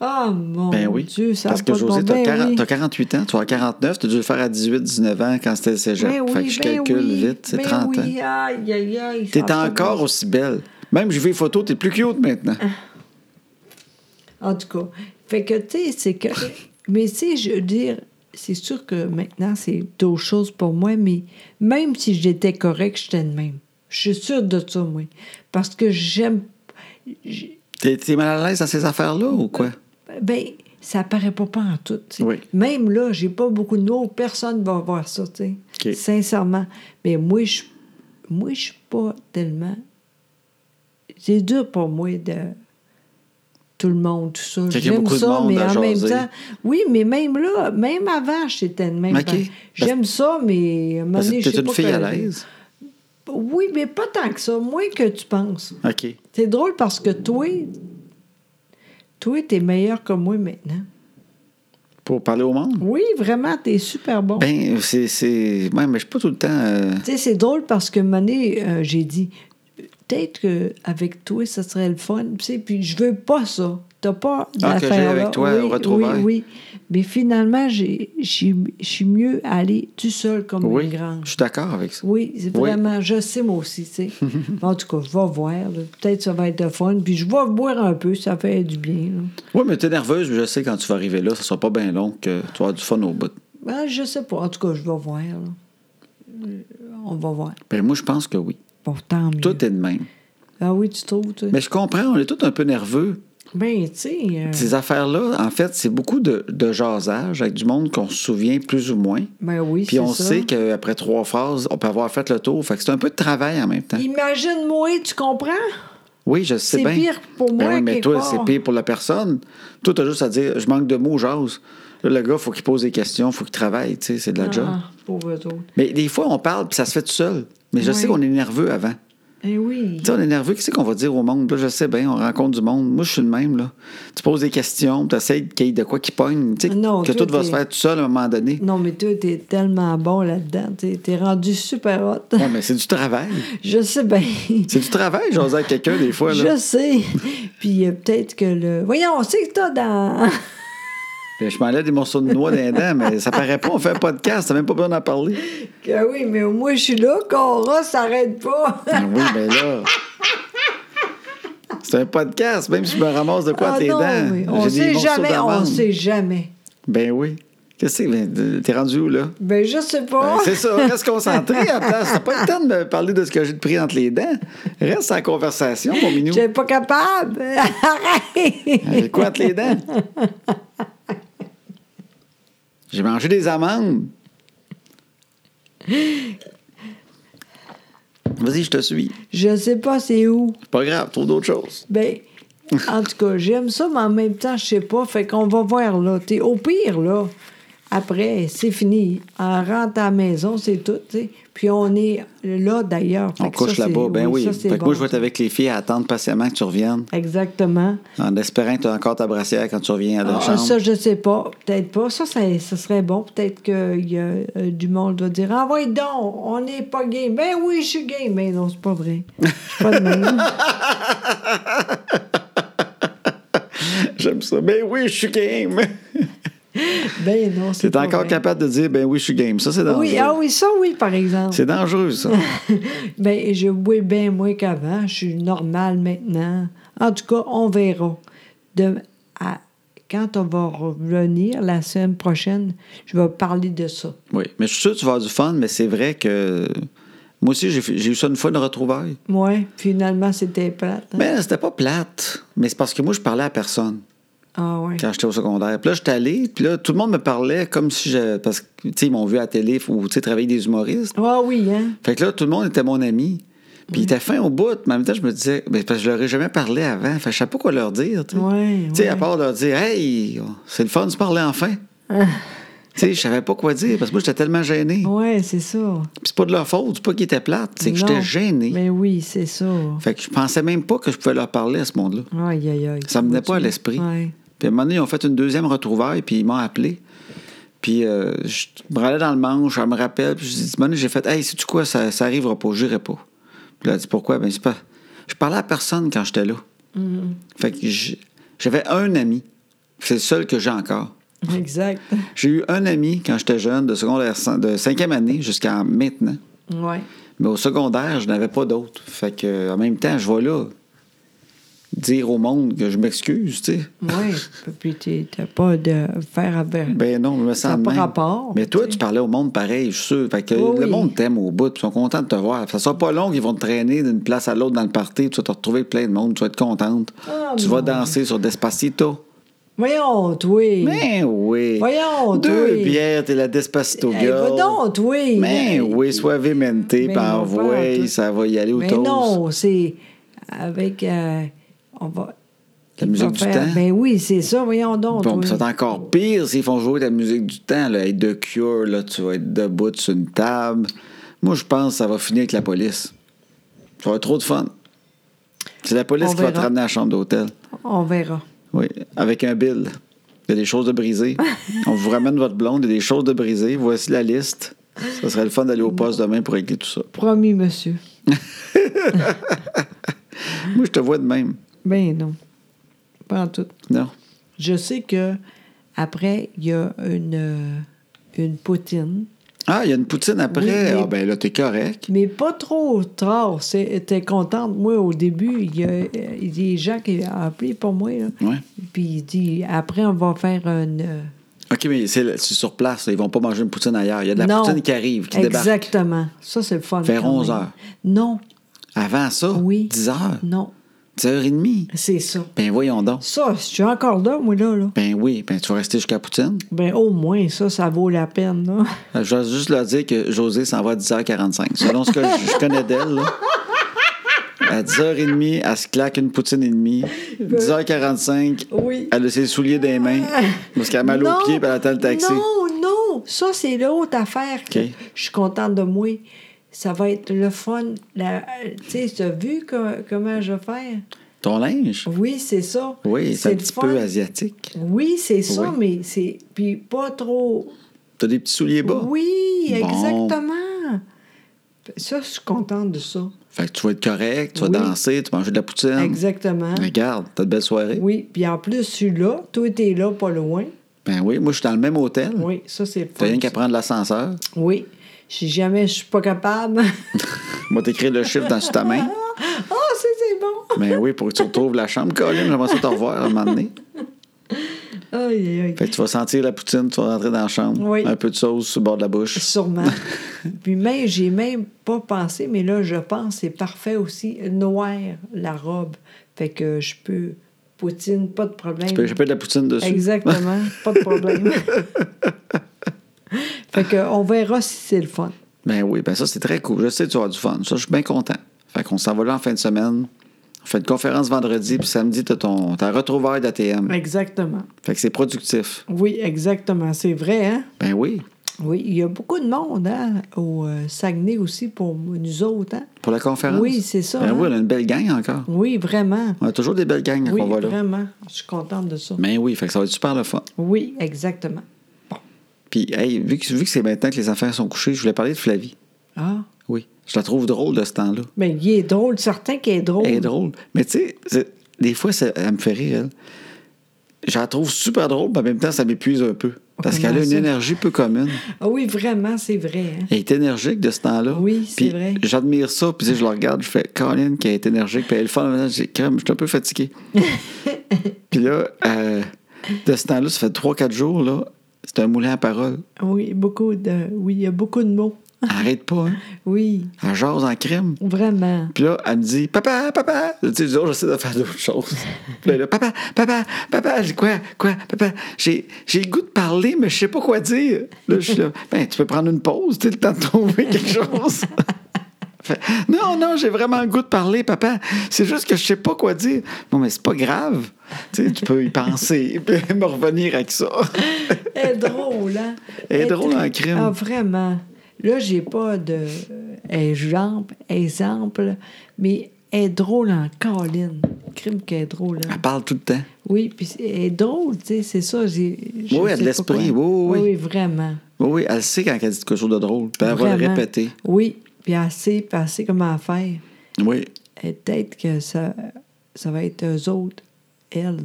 Ah, mon
Ben oui.
Dieu, ça a
Parce que
pas de
José,
bon-
t'as
Ben
40
oui.
t'as 48 ans, tu as 49, tu as dû le faire à 18, 19 ans quand c'était le cégep.
Ben
fait
oui,
que je
ben
calcule
oui,
vite, c'est
ben
30 ans.
oui, aïe, aïe, aïe. ça
T'es
a pas de
encore
bon-
aussi belle. Même je vais les photos, t'es plus cute maintenant.
Ah. En tout cas, fait que, tu sais, c'est que... Mais tu sais, je veux dire, c'est sûr que maintenant, c'est d'autres choses pour moi, mais même si j'étais correcte, j'étais de même. Je suis sûre de ça, moi. Parce que j'aime... j'-
T'es t'es mal à l'aise dans ces affaires-là ou quoi?
Ben, ça paraît pas pas en tout. tu sais.
Oui.
Même là, j'ai pas beaucoup de mots, personne va voir ça, tu sais.
OK.
Sincèrement. Mais moi, je moi, je suis pas tellement. C'est dur pour moi de. Tout le monde, tout ça.
Fait qu'il y a
J'aime
beaucoup de
ça,
monde
mais
à
en même
jaser.
temps. Oui, mais même là, même avant, j'étais de même.
OK. Parce-
J'aime ça, mais à un moment
Parce que
donné, je
t'es
sais
une
pas
fille à
que-
l'aise.
Oui, mais pas tant que ça. Moins que tu penses.
OK.
C'est drôle parce que toi, toi, t'es meilleur que moi maintenant.
Pour parler au monde?
Oui, vraiment, t'es super bon.
Ben, c'est. c'est- Ouais, mais je suis pas tout le temps. euh,
Tu sais, c'est drôle parce que Mané, j'ai euh, dit, peut-être qu'avec toi, ça serait le fun. tu sais, Puis je veux pas ça. T'as pas
Ah, que
d'affaire
j'aille avec
là.
toi
oui,
aux retrouvailles.
Oui, oui. Mais finalement, j'ai- j'ai- je suis mieux à aller tout seul comme
Oui,
une grande.
je suis d'accord avec ça.
Oui, c'est
Oui.
vraiment, je sais moi aussi, tu sais. en tout cas, je vais voir. là. Peut-être ça va être le fun. Puis je vais boire un peu, ça fait du bien. là.
Oui, mais t'es nerveuse, mais je sais quand tu vas arriver là, ça sera pas bien long que tu vas avoir du fun au bout.
Ben, je sais pas. En tout cas, je vais voir. là. Euh, On va voir.
Ben moi, je pense que oui.
Bon, tant mieux.
Tout est de même.
Ah oui, tu trouves, tu sais.
Mais je comprends, on est tous un peu nerveux.
Ben, tu sais. euh,
Ces affaires-là, en fait, c'est beaucoup de, de jasage avec du monde qu'on se souvient plus ou moins.
Ben oui,
Puis
c'est
on
ça.
sait qu'après trois phrases, on peut avoir fait le tour. Fait que c'est un peu de travail en même temps.
Imagine-moi, tu comprends?
Oui, je sais
C'est
bien.
pire pour moi
Ben oui, mais
quelque
toi,
part.
c'est pire pour la personne. Toi, t'as juste à dire je manque de mots, j'ose. Là, le gars, faut qu'il pose des questions, faut qu'il travaille, tu sais, c'est de la job.
Ah, pauvre autres.
Mais des fois, on parle, puis ça se fait tout seul. Mais je sais
Oui.
qu'on est nerveux avant.
Eh oui.
Tu sais, on est nerveux, qu'est-ce qu'on va dire au monde? Là, je sais bien, on rencontre du monde. Moi, je suis le même, là. Tu poses des questions, tu essaies qu'il y ait de quoi qui pogne, tu sais,
Non,
que
toi,
tout va
t'es-
se faire tout seul à un moment donné.
Non, mais toi, t'es tellement bon là-dedans. T'es t'es rendu super hot.
Ouais, mais c'est du travail.
Je sais bien.
C'est du travail, j'ose avec quelqu'un, des fois, là.
Je sais. Puis euh, peut-être que le. Voyons, on sait que t'as dans.
Ben, Je m'enlève des morceaux de noix d'un dents, mais ça paraît pas, on fait un podcast, t'as même pas besoin d'en parler.
que Ah oui, mais au moins, je suis là. Cora s'arrête pas.
Ah oui, mais là. C'est un podcast, même si je me ramasse de quoi à
Ah
tes
non,
dents.
mais on
j'ai des
sait
morceaux
jamais. On
d'amande.
sait jamais.
Ben oui. Qu'est-ce que c'est? Ben, T'es rendu où, là?
Ben, je sais pas.
Ben, c'est ça, reste concentré à la place. T'as pas le temps de me parler de ce que j'ai de pris entre les dents. Reste en conversation, mon minou.
J'étais pas capable. Arrête.
J'ai quoi entre les dents? J'ai mangé des amandes. Vas-y, je te suis.
Je sais pas c'est où.
C'est Pas grave, trouve d'autres choses.
Ben, en tout cas, j'aime ça, mais en même temps, je sais pas. Fait qu'on va voir, là. T'es, au pire, là, après, c'est fini. On rentre à la maison, c'est tout, tu sais. Puis on est là, d'ailleurs. Fait
On
que
couche
ça, c'est-
là-bas, ben oui.
ça, c'est
fait que
bon,
moi, je vais être
ça.
avec les filles à attendre patiemment que tu reviennes,
Exactement.
en espérant que tu as encore ta brassière quand tu reviens à la
Ah,
chambre.
ça, je sais pas. Peut-être pas. Ça, ça, ça serait bon. Peut-être que il y a, euh, du monde va dire Envoie donc, on n'est pas gay. Ben oui, je suis gay. Mais non, c'est pas vrai. Je suis pas de même.
J'aime ça. Ben oui, je suis game.
Ben non,
T'es
c'est pas
encore
vrai.
capable de dire, ben oui, je suis game. Ça, c'est dangereux.
Oui, ah oui, ça, oui, par exemple.
C'est dangereux, ça.
Ben, je bois bien moins qu'avant. Je suis normale maintenant. En tout cas, on verra. De, à- quand on va revenir la semaine prochaine, je vais parler de ça.
oui. Mais je suis sûr que tu vas avoir du fun, mais c'est vrai que. Moi aussi, j'ai j'ai eu ça une fois, une retrouvaille.
Ouais, finalement, c'était plate. hein?
Ben, c'était pas plate, mais c'est parce que moi, je parlais à personne
Ah ouais.
quand j'étais au secondaire. Puis là, j'étais allé, puis là, tout le monde me parlait comme si je. Parce que, tu sais, ils m'ont vu à la télé ou, tu sais, travailler avec des humoristes.
Ah oui, hein?
Fait que là, tout le monde était mon ami. Puis il était fin au bout, mais en même temps, je me disais, ben, parce que je leur ai jamais parlé avant. Fait que je sais pas quoi leur dire, tu sais.
Ouais,
Tu sais, à
ouais.
part leur dire, hey, c'est le fun de se parler enfin. tu sais, je savais pas quoi dire, parce que moi, j'étais tellement gêné.
Ouais, c'est ça.
Puis c'est pas de leur faute, c'est pas qu'ils étaient plates, c'est que
Non.
j'étais gêné.
Mais oui, c'est ça.
Fait que je pensais même pas que je pouvais leur parler à ce monde-là.
Aïe, aïe, aïe.
Ça me venait pas à
Tu-
l'esprit.
Ouais.
Puis à un moment donné, ils ont fait une deuxième retrouvaille, puis ils m'ont appelé. Puis euh, je me râlais dans le manche, elle me rappelle, puis je dis, Mané, j'ai fait, hey, sais-tu quoi, ça, ça arrivera pas, j'irai pas. Puis elle a dit, pourquoi? Ben, c'est pas. Je parlais à personne quand j'étais là.
Mm-hmm.
Fait que j'- j'avais un ami. C'est le seul que j'ai encore.
Exact.
J'ai eu un ami quand j'étais jeune, de secondaire, cin- de cinquième année jusqu'à maintenant.
Ouais.
Mais au secondaire, je n'avais pas d'autre. Fait que, euh, en même temps, je vais là dire au monde que je m'excuse, tu sais.
Ouais. Puis t'es- t'as pas de faire avec.
Ben non, je me
a
sens de
pas
même.
rapport,
Mais toi,
tu sais.
tu parlais au monde pareil, je suis sûr. Fait que
Oui,
le
oui.
monde t'aime au bout, puis ils sont contents de te voir. Ça sera pas long qu'ils vont te traîner d'une place à l'autre dans le party, tu vas te retrouver plein de monde, tu vas être contente.
Ah,
tu
non.
vas danser sur Despacito.
Voyons, toi.
Mais oui.
Voyons,
Deux
toi.
bières, t'es la Despacito
Eh,
girl.
va donc, oui.
Mais oui, sois
Mais
vémenté, puis
on va faire
envoie,
tout.
ça va y aller au
Mais
toast.
non, c'est avec. euh, on va.
La musique du temps.
Ben oui, c'est ça, voyons donc.
Bon,
oui.
pis c'est encore pire s'ils font jouer de la musique du temps. Là. Hey, The Cure, là, tu vas être debout sur une table. Moi, je pense que ça va finir avec la police. Ça va être trop de fun. C'est la police
On
qui va te
verra.
ramener à la chambre d'hôtel.
On verra.
Oui, avec un bill. Il y a des choses de briser. On vous ramène votre blonde, il y a des choses de briser. Voici la liste. Ça serait le fun d'aller au poste demain pour régler tout ça.
Promis, monsieur.
Moi, je te vois de même.
Ben non. Pas en tout.
Non.
Je sais que après, il y a une, euh, une poutine,
Ah, il y a une poutine après.
Oui, mais-
Ah, ben là, t'es correct.
mais pas trop tard. C'est- T'es contente. Moi, au début, il y a, euh, il y a des gens qui ont appelé pour moi. Là.
Ouais.
Puis il dit après, on va faire une. euh,
OK, mais c'est c'est sur place. là. Ils vont pas manger une poutine ailleurs. Il y a de la
non.
poutine qui arrive, qui débarque.
Exactement. Ça, c'est le fun.
Vers
quand
11
même.
heures.
Non.
Avant ça,
Oui.
10 heures,
Non.
10 heures et demie.
C'est ça.
Ben voyons donc.
Ça, je suis encore là, moi, là. là.
Ben oui, ben tu vas rester jusqu'à la poutine.
Ben, au moins, ça, ça vaut la peine, là.
Euh, Je vais juste leur dire que José s'en va à 10h45. Selon ce que je je connais d'elle, là. À 10h30, elle se claque une poutine et demie. 10h45,
Oui.
elle a ses souliers des mains parce qu'elle a mal aux
Non,
pieds et elle attend le taxi.
Non, non. Ça, c'est l'autre affaire. que
OK.
Je suis contente de moi. Ça va être le fun. La- Tu sais, tu as vu co- comment je vais faire?
Ton linge?
Oui, c'est ça.
Oui, c'est un
le
petit
fun.
peu asiatique.
Oui, c'est ça,
Oui.
mais c'est. Puis pas trop.
T'as des petits souliers bas?
Oui,
Bon.
exactement. Ça, je suis contente de ça.
Fait que tu vas être correct, tu vas
Oui.
danser, tu vas manger de la poutine.
Exactement.
Regarde, t'as de belles soirées.
Oui, puis en plus, je suis là. Toi, t'es là, pas loin.
Ben oui, moi je suis dans le même hôtel.
Oui, ça, c'est
T'as
fun.
rien
ça.
qu'à prendre l'ascenseur.
Oui. Si jamais je suis pas capable.
Moi, t'écris le chiffre dans sous ta main.
Ah, oh, c'est bon!
Ben oui, pour que tu retrouves la chambre. Colin, j'aimerais ça te revoir à un moment donné.
Aïe, aïe, aïe.
Fait que tu vas sentir la poutine, tu vas rentrer dans la chambre.
Oui.
Un peu de sauce sur le bord de la bouche.
Sûrement. Puis même, j'ai même pas pensé, mais là, je pense, c'est parfait aussi. Noir, la robe. Fait que je peux. Poutine, pas de problème.
Tu peux échapper de la poutine dessus.
Exactement, pas de problème. fait que on verra si c'est le fun.
Ben oui, ben ça, c'est très cool. Je sais que tu vas avoir du fun. Ça, je suis bien content. Fait qu'on s'en va là en fin de semaine. On fait une conférence vendredi, puis samedi, t'as ton ta retrouvaille d'ATM.
Exactement.
Fait que c'est productif.
Oui, exactement. C'est vrai, hein?
Ben oui.
Oui, il y a beaucoup de monde, hein, au euh, Saguenay aussi pour nous autres, hein?
Pour la conférence.
Oui, c'est ça,
Ben
hein.
oui, on a une belle gang encore.
Oui, vraiment.
On a toujours des belles gangs quand
Oui,
on va là.
vraiment. Je suis contente de ça.
Ben oui, fait que ça va être super le fun.
Oui, exactement.
Puis, hey, vu que, vu que c'est maintenant que les enfants sont couchés, je voulais parler de Flavie.
Ah,
Oui. Je la trouve drôle de ce temps-là.
mais il est drôle, certain qu'il est drôle.
Elle est drôle. Mais tu sais, c'est- des fois, ça, elle me fait rire, elle. Je la trouve super drôle, mais en même temps, ça m'épuise un peu. Parce
Comment
qu'elle a une
ça?
énergie peu commune.
Ah oui, vraiment, c'est vrai. hein.
Elle est énergique de ce temps-là.
Oui, c'est
Puis
vrai.
J'admire ça, puis tu sais, je la regarde, je fais Colin qui est énergique, puis elle est le fun. maintenant, Je dis, Crème, je suis un peu fatigué. puis là, euh, de ce temps-là, ça fait 3-4 jours, là, c'est un moulin à parole.
Ah Oui, beaucoup de. Oui, il y a beaucoup de mots.
Elle Arrête pas, hein.
Oui,
Elle jase en crème.
vraiment.
Puis là, elle me dit Papa, papa Tu sais, je dis, Oh, j'essaie de faire d'autres choses. Puis là, elle est là, Papa, papa, papa Je dis Quoi, quoi, papa J'ai j'ai le goût de parler, mais je sais pas quoi dire. Là, je suis là Ben, tu peux prendre une pause, tu sais, le temps de trouver quelque chose. Fait, non, non, j'ai vraiment le goût de parler, papa. C'est juste que je sais pas quoi dire. Bon, mais c'est pas grave. Tu sais, tu peux y penser, puis me revenir avec ça.
Elle est drôle, hein?
Elle est drôle
très-
en crime.
Ah, vraiment. Là, j'ai pas de euh, exemple, exemple, mais elle est drôle en colline. Crime qu'elle est drôle, hein?
Elle parle tout le temps.
Oui, puis c'est- elle est drôle, tu sais, c'est ça. j'ai- je
Oui, elle a de
sais pas
l'esprit,
quoi.
oui, oui, oui.
Oui, vraiment.
Oui, oui, elle sait quand elle dit quelque chose de drôle, puis elle va le
Vraiment.
répéter.
Oui, puis elle sait, puis elle sait comment faire.
Oui.
Et Euh, peut-être que ça, ça va être eux autres, elles,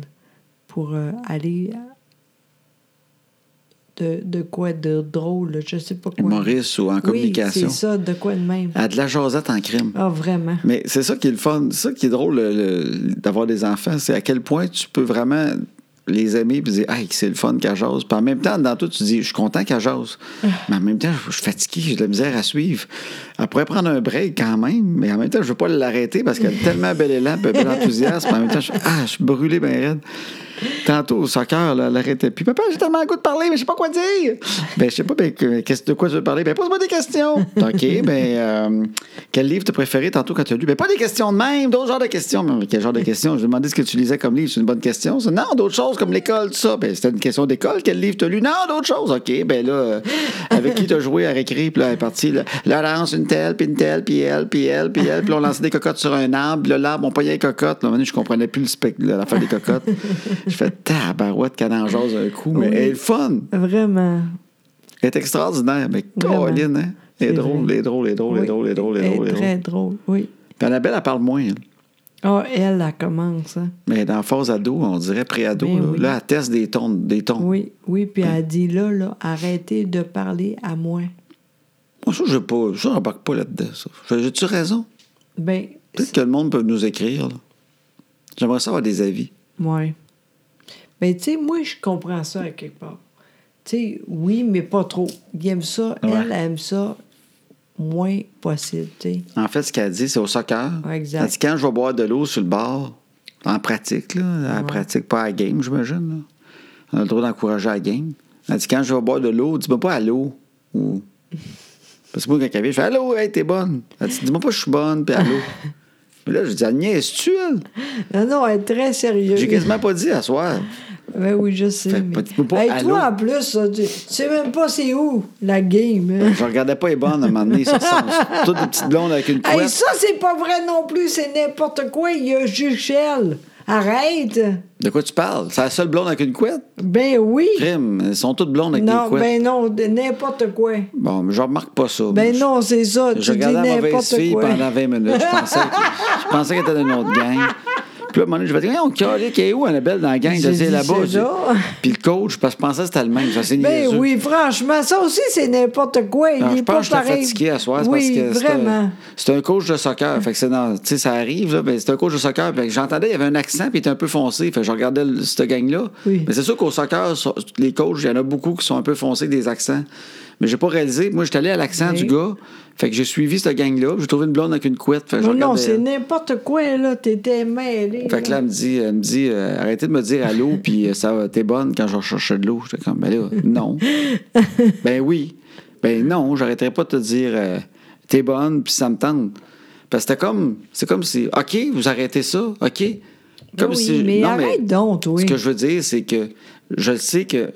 pour euh, aller à- de, de quoi de drôle, là, je sais pas quoi.
Humoriste ou en communication.
Oui, c'est ça, de quoi de même.
Elle a Ah, de la jasette en crime.
Ah, vraiment.
Mais c'est ça qui est le fun, c'est ça qui est drôle le- le- d'avoir des enfants, c'est à quel point tu peux vraiment les aimer puis dire ah c'est le fun qu'elle jase. Puis en même temps dans toi tu dis je suis content qu'elle jase. Mais en même temps je suis fatigué, j'ai de la misère à suivre. Elle pourrait prendre un break quand même, mais en même temps je veux pas l'arrêter parce qu'elle a tellement bel élan, puis un bel enthousiasme, en même temps je ah je suis brûlé ben raide. Tantôt au soccer là, elle arrêtait puis papa j'ai tellement le goût de parler mais je sais pas quoi dire. Ben je sais pas ben, que- qu'est-ce- de quoi tu veux parler ben pose-moi des questions. OK ben euh, quel livre t'as préféré tantôt quand tu as lu? Ben, pas des questions de même, d'autres genres de questions. Mais quel genre de questions? Je demandais ce que tu lisais comme livre, c'est une bonne question. ça? Non, d'autres choses comme l'école, tout ça. Ben, c'était une question d'école, quel livre t'as lu? Non, d'autres choses. OK, ben là, euh, avec qui t'as joué à récré? Puis là, elle est partie. Là, Là, elle lance une telle, puis une telle, puis elle, puis elle, puis elle. Puis là, on lançait des cocottes sur un arbre. Puis là, l'arbre, on pognait les cocottes. Là, maintenant, je comprenais plus le spectre, la fin des cocottes. Je fais tabarouette qu'elle en jase un coup. Mais
Oui.
elle est fun.
Vraiment.
Elle est extraordinaire. Mais
Vraiment.
Colin, hein? Elle est
C'est
drôle,
vrai.
elle est drôle, elle est drôle, elle est
Oui.
drôle, elle est drôle, elle est drôle, elle est
Elle
drôle.
est très drôle, oui.
Puis Annabelle, elle parle moins. elle.
Ah Ah, elle, elle commence. hein.
Mais dans phase ado, on dirait pré-ado.
Ben
Là.
oui.
Là, elle teste des tons. Des tons.
Oui, oui, puis elle dit là, là, arrêtez de parler à moi.
Moi, ça, je ne pas. Ça, j'embarque pas là-dedans. ça. Fait- J'ai-tu raison?
Ben,
Peut-être que le monde peut nous écrire. là. J'aimerais ça avoir des avis.
ouais. Ben, tu sais, moi, je comprends ça à quelque part. Tu sais, oui, mais pas trop. Il aime ça,
Ouais.
elle aime ça moins possible, tu sais.
En fait, ce qu'elle dit, c'est au soccer.
Ouais, exact.
Elle dit quand je vais boire de l'eau sur le bord, en pratique, là, elle pratique pas à la game, j'imagine. là. On a le droit d'encourager à la game. Elle dit quand je vais boire de l'eau, dis-moi pas allô. Ou... Parce que moi, quand elle vient, je fais allô, hey, t'es bonne. Elle dit dis-moi pas je suis bonne, puis allô. Mais là, je dis, elle niaise-tu, elle?
Non, non, elle est très sérieuse.
J'ai quasiment pas dit à soir.
Ben oui, je sais.
Fait
mais...
pas- tu peux pas-
Hey,
allô?
toi, en plus, ça, tu tu sais même pas c'est où la game. hein.
Je regardais pas les bonnes à un moment donné. Ça ressemble toutes des petites blondes avec une couette.
Hey, ça, c'est pas vrai non plus. C'est n'importe quoi. Il y a Juchel. Arrête.
De quoi tu parles? C'est la seule blonde avec une couette?
Ben oui.
Crime, elles sont toutes blondes avec des
Non,
couettes.
ben non, de- n'importe quoi.
Bon, mais je remarque pas ça.
Ben
Je-
non, c'est ça.
Je
Tu dis
regardais la mauvaise
n'importe
fille
quoi.
pendant 20 minutes. Je pensais, que- je pensais qu'elle était d'une autre gang. Puis là, à un moment donné, je me disais, on calique, elle est où Annabelle dans la gang? Je
J'ai
disais
dit,
là-bas.
c'est
Je dis-
là.
Puis le coach, parce que je pensais que c'était le même. Ça, c'est
Ben
niaiseux.
oui, franchement, ça aussi, c'est n'importe quoi. Il
Alors, Ah, je
est pas
pense que j'étais
pareil.
fatigué à soir. c'est
oui,
parce que c'est un-
vraiment.
C'est un coach de soccer. Fait que c'est dans- tu sais, ça arrive, là, mais c'est un coach de soccer. Fait que j'entendais, il y avait un accent, puis il était un peu foncé. Fait que je regardais le- cette gang-là.
Oui.
Mais c'est sûr qu'au soccer, so- les coachs, il y en a beaucoup qui sont un peu foncés avec des accents. Mais j'ai pas réalisé. Moi, j'étais allé à l'accent
Oui.
du gars. Fait que j'ai suivi cette gang-là. J'ai trouvé une blonde avec une couette. Fait que je
Non, non,
regardais euh,
c'est
elle.
n'importe quoi, là. T'étais mêlé.
Fait que là, elle me dit, elle me dit euh, arrêtez de me dire allô, puis euh, ça va, t'es bonne quand je vais chercher de l'eau. J'étais comme, ben là, non. ben oui. Ben non, j'arrêterai pas de te dire, euh, t'es bonne, puis ça me tente. Parce que c'était comme, c'est comme si, OK, vous arrêtez ça, OK. Comme
Ben oui,
si,
mais arrête donc, toi.
Ce que je veux dire, c'est que je le sais que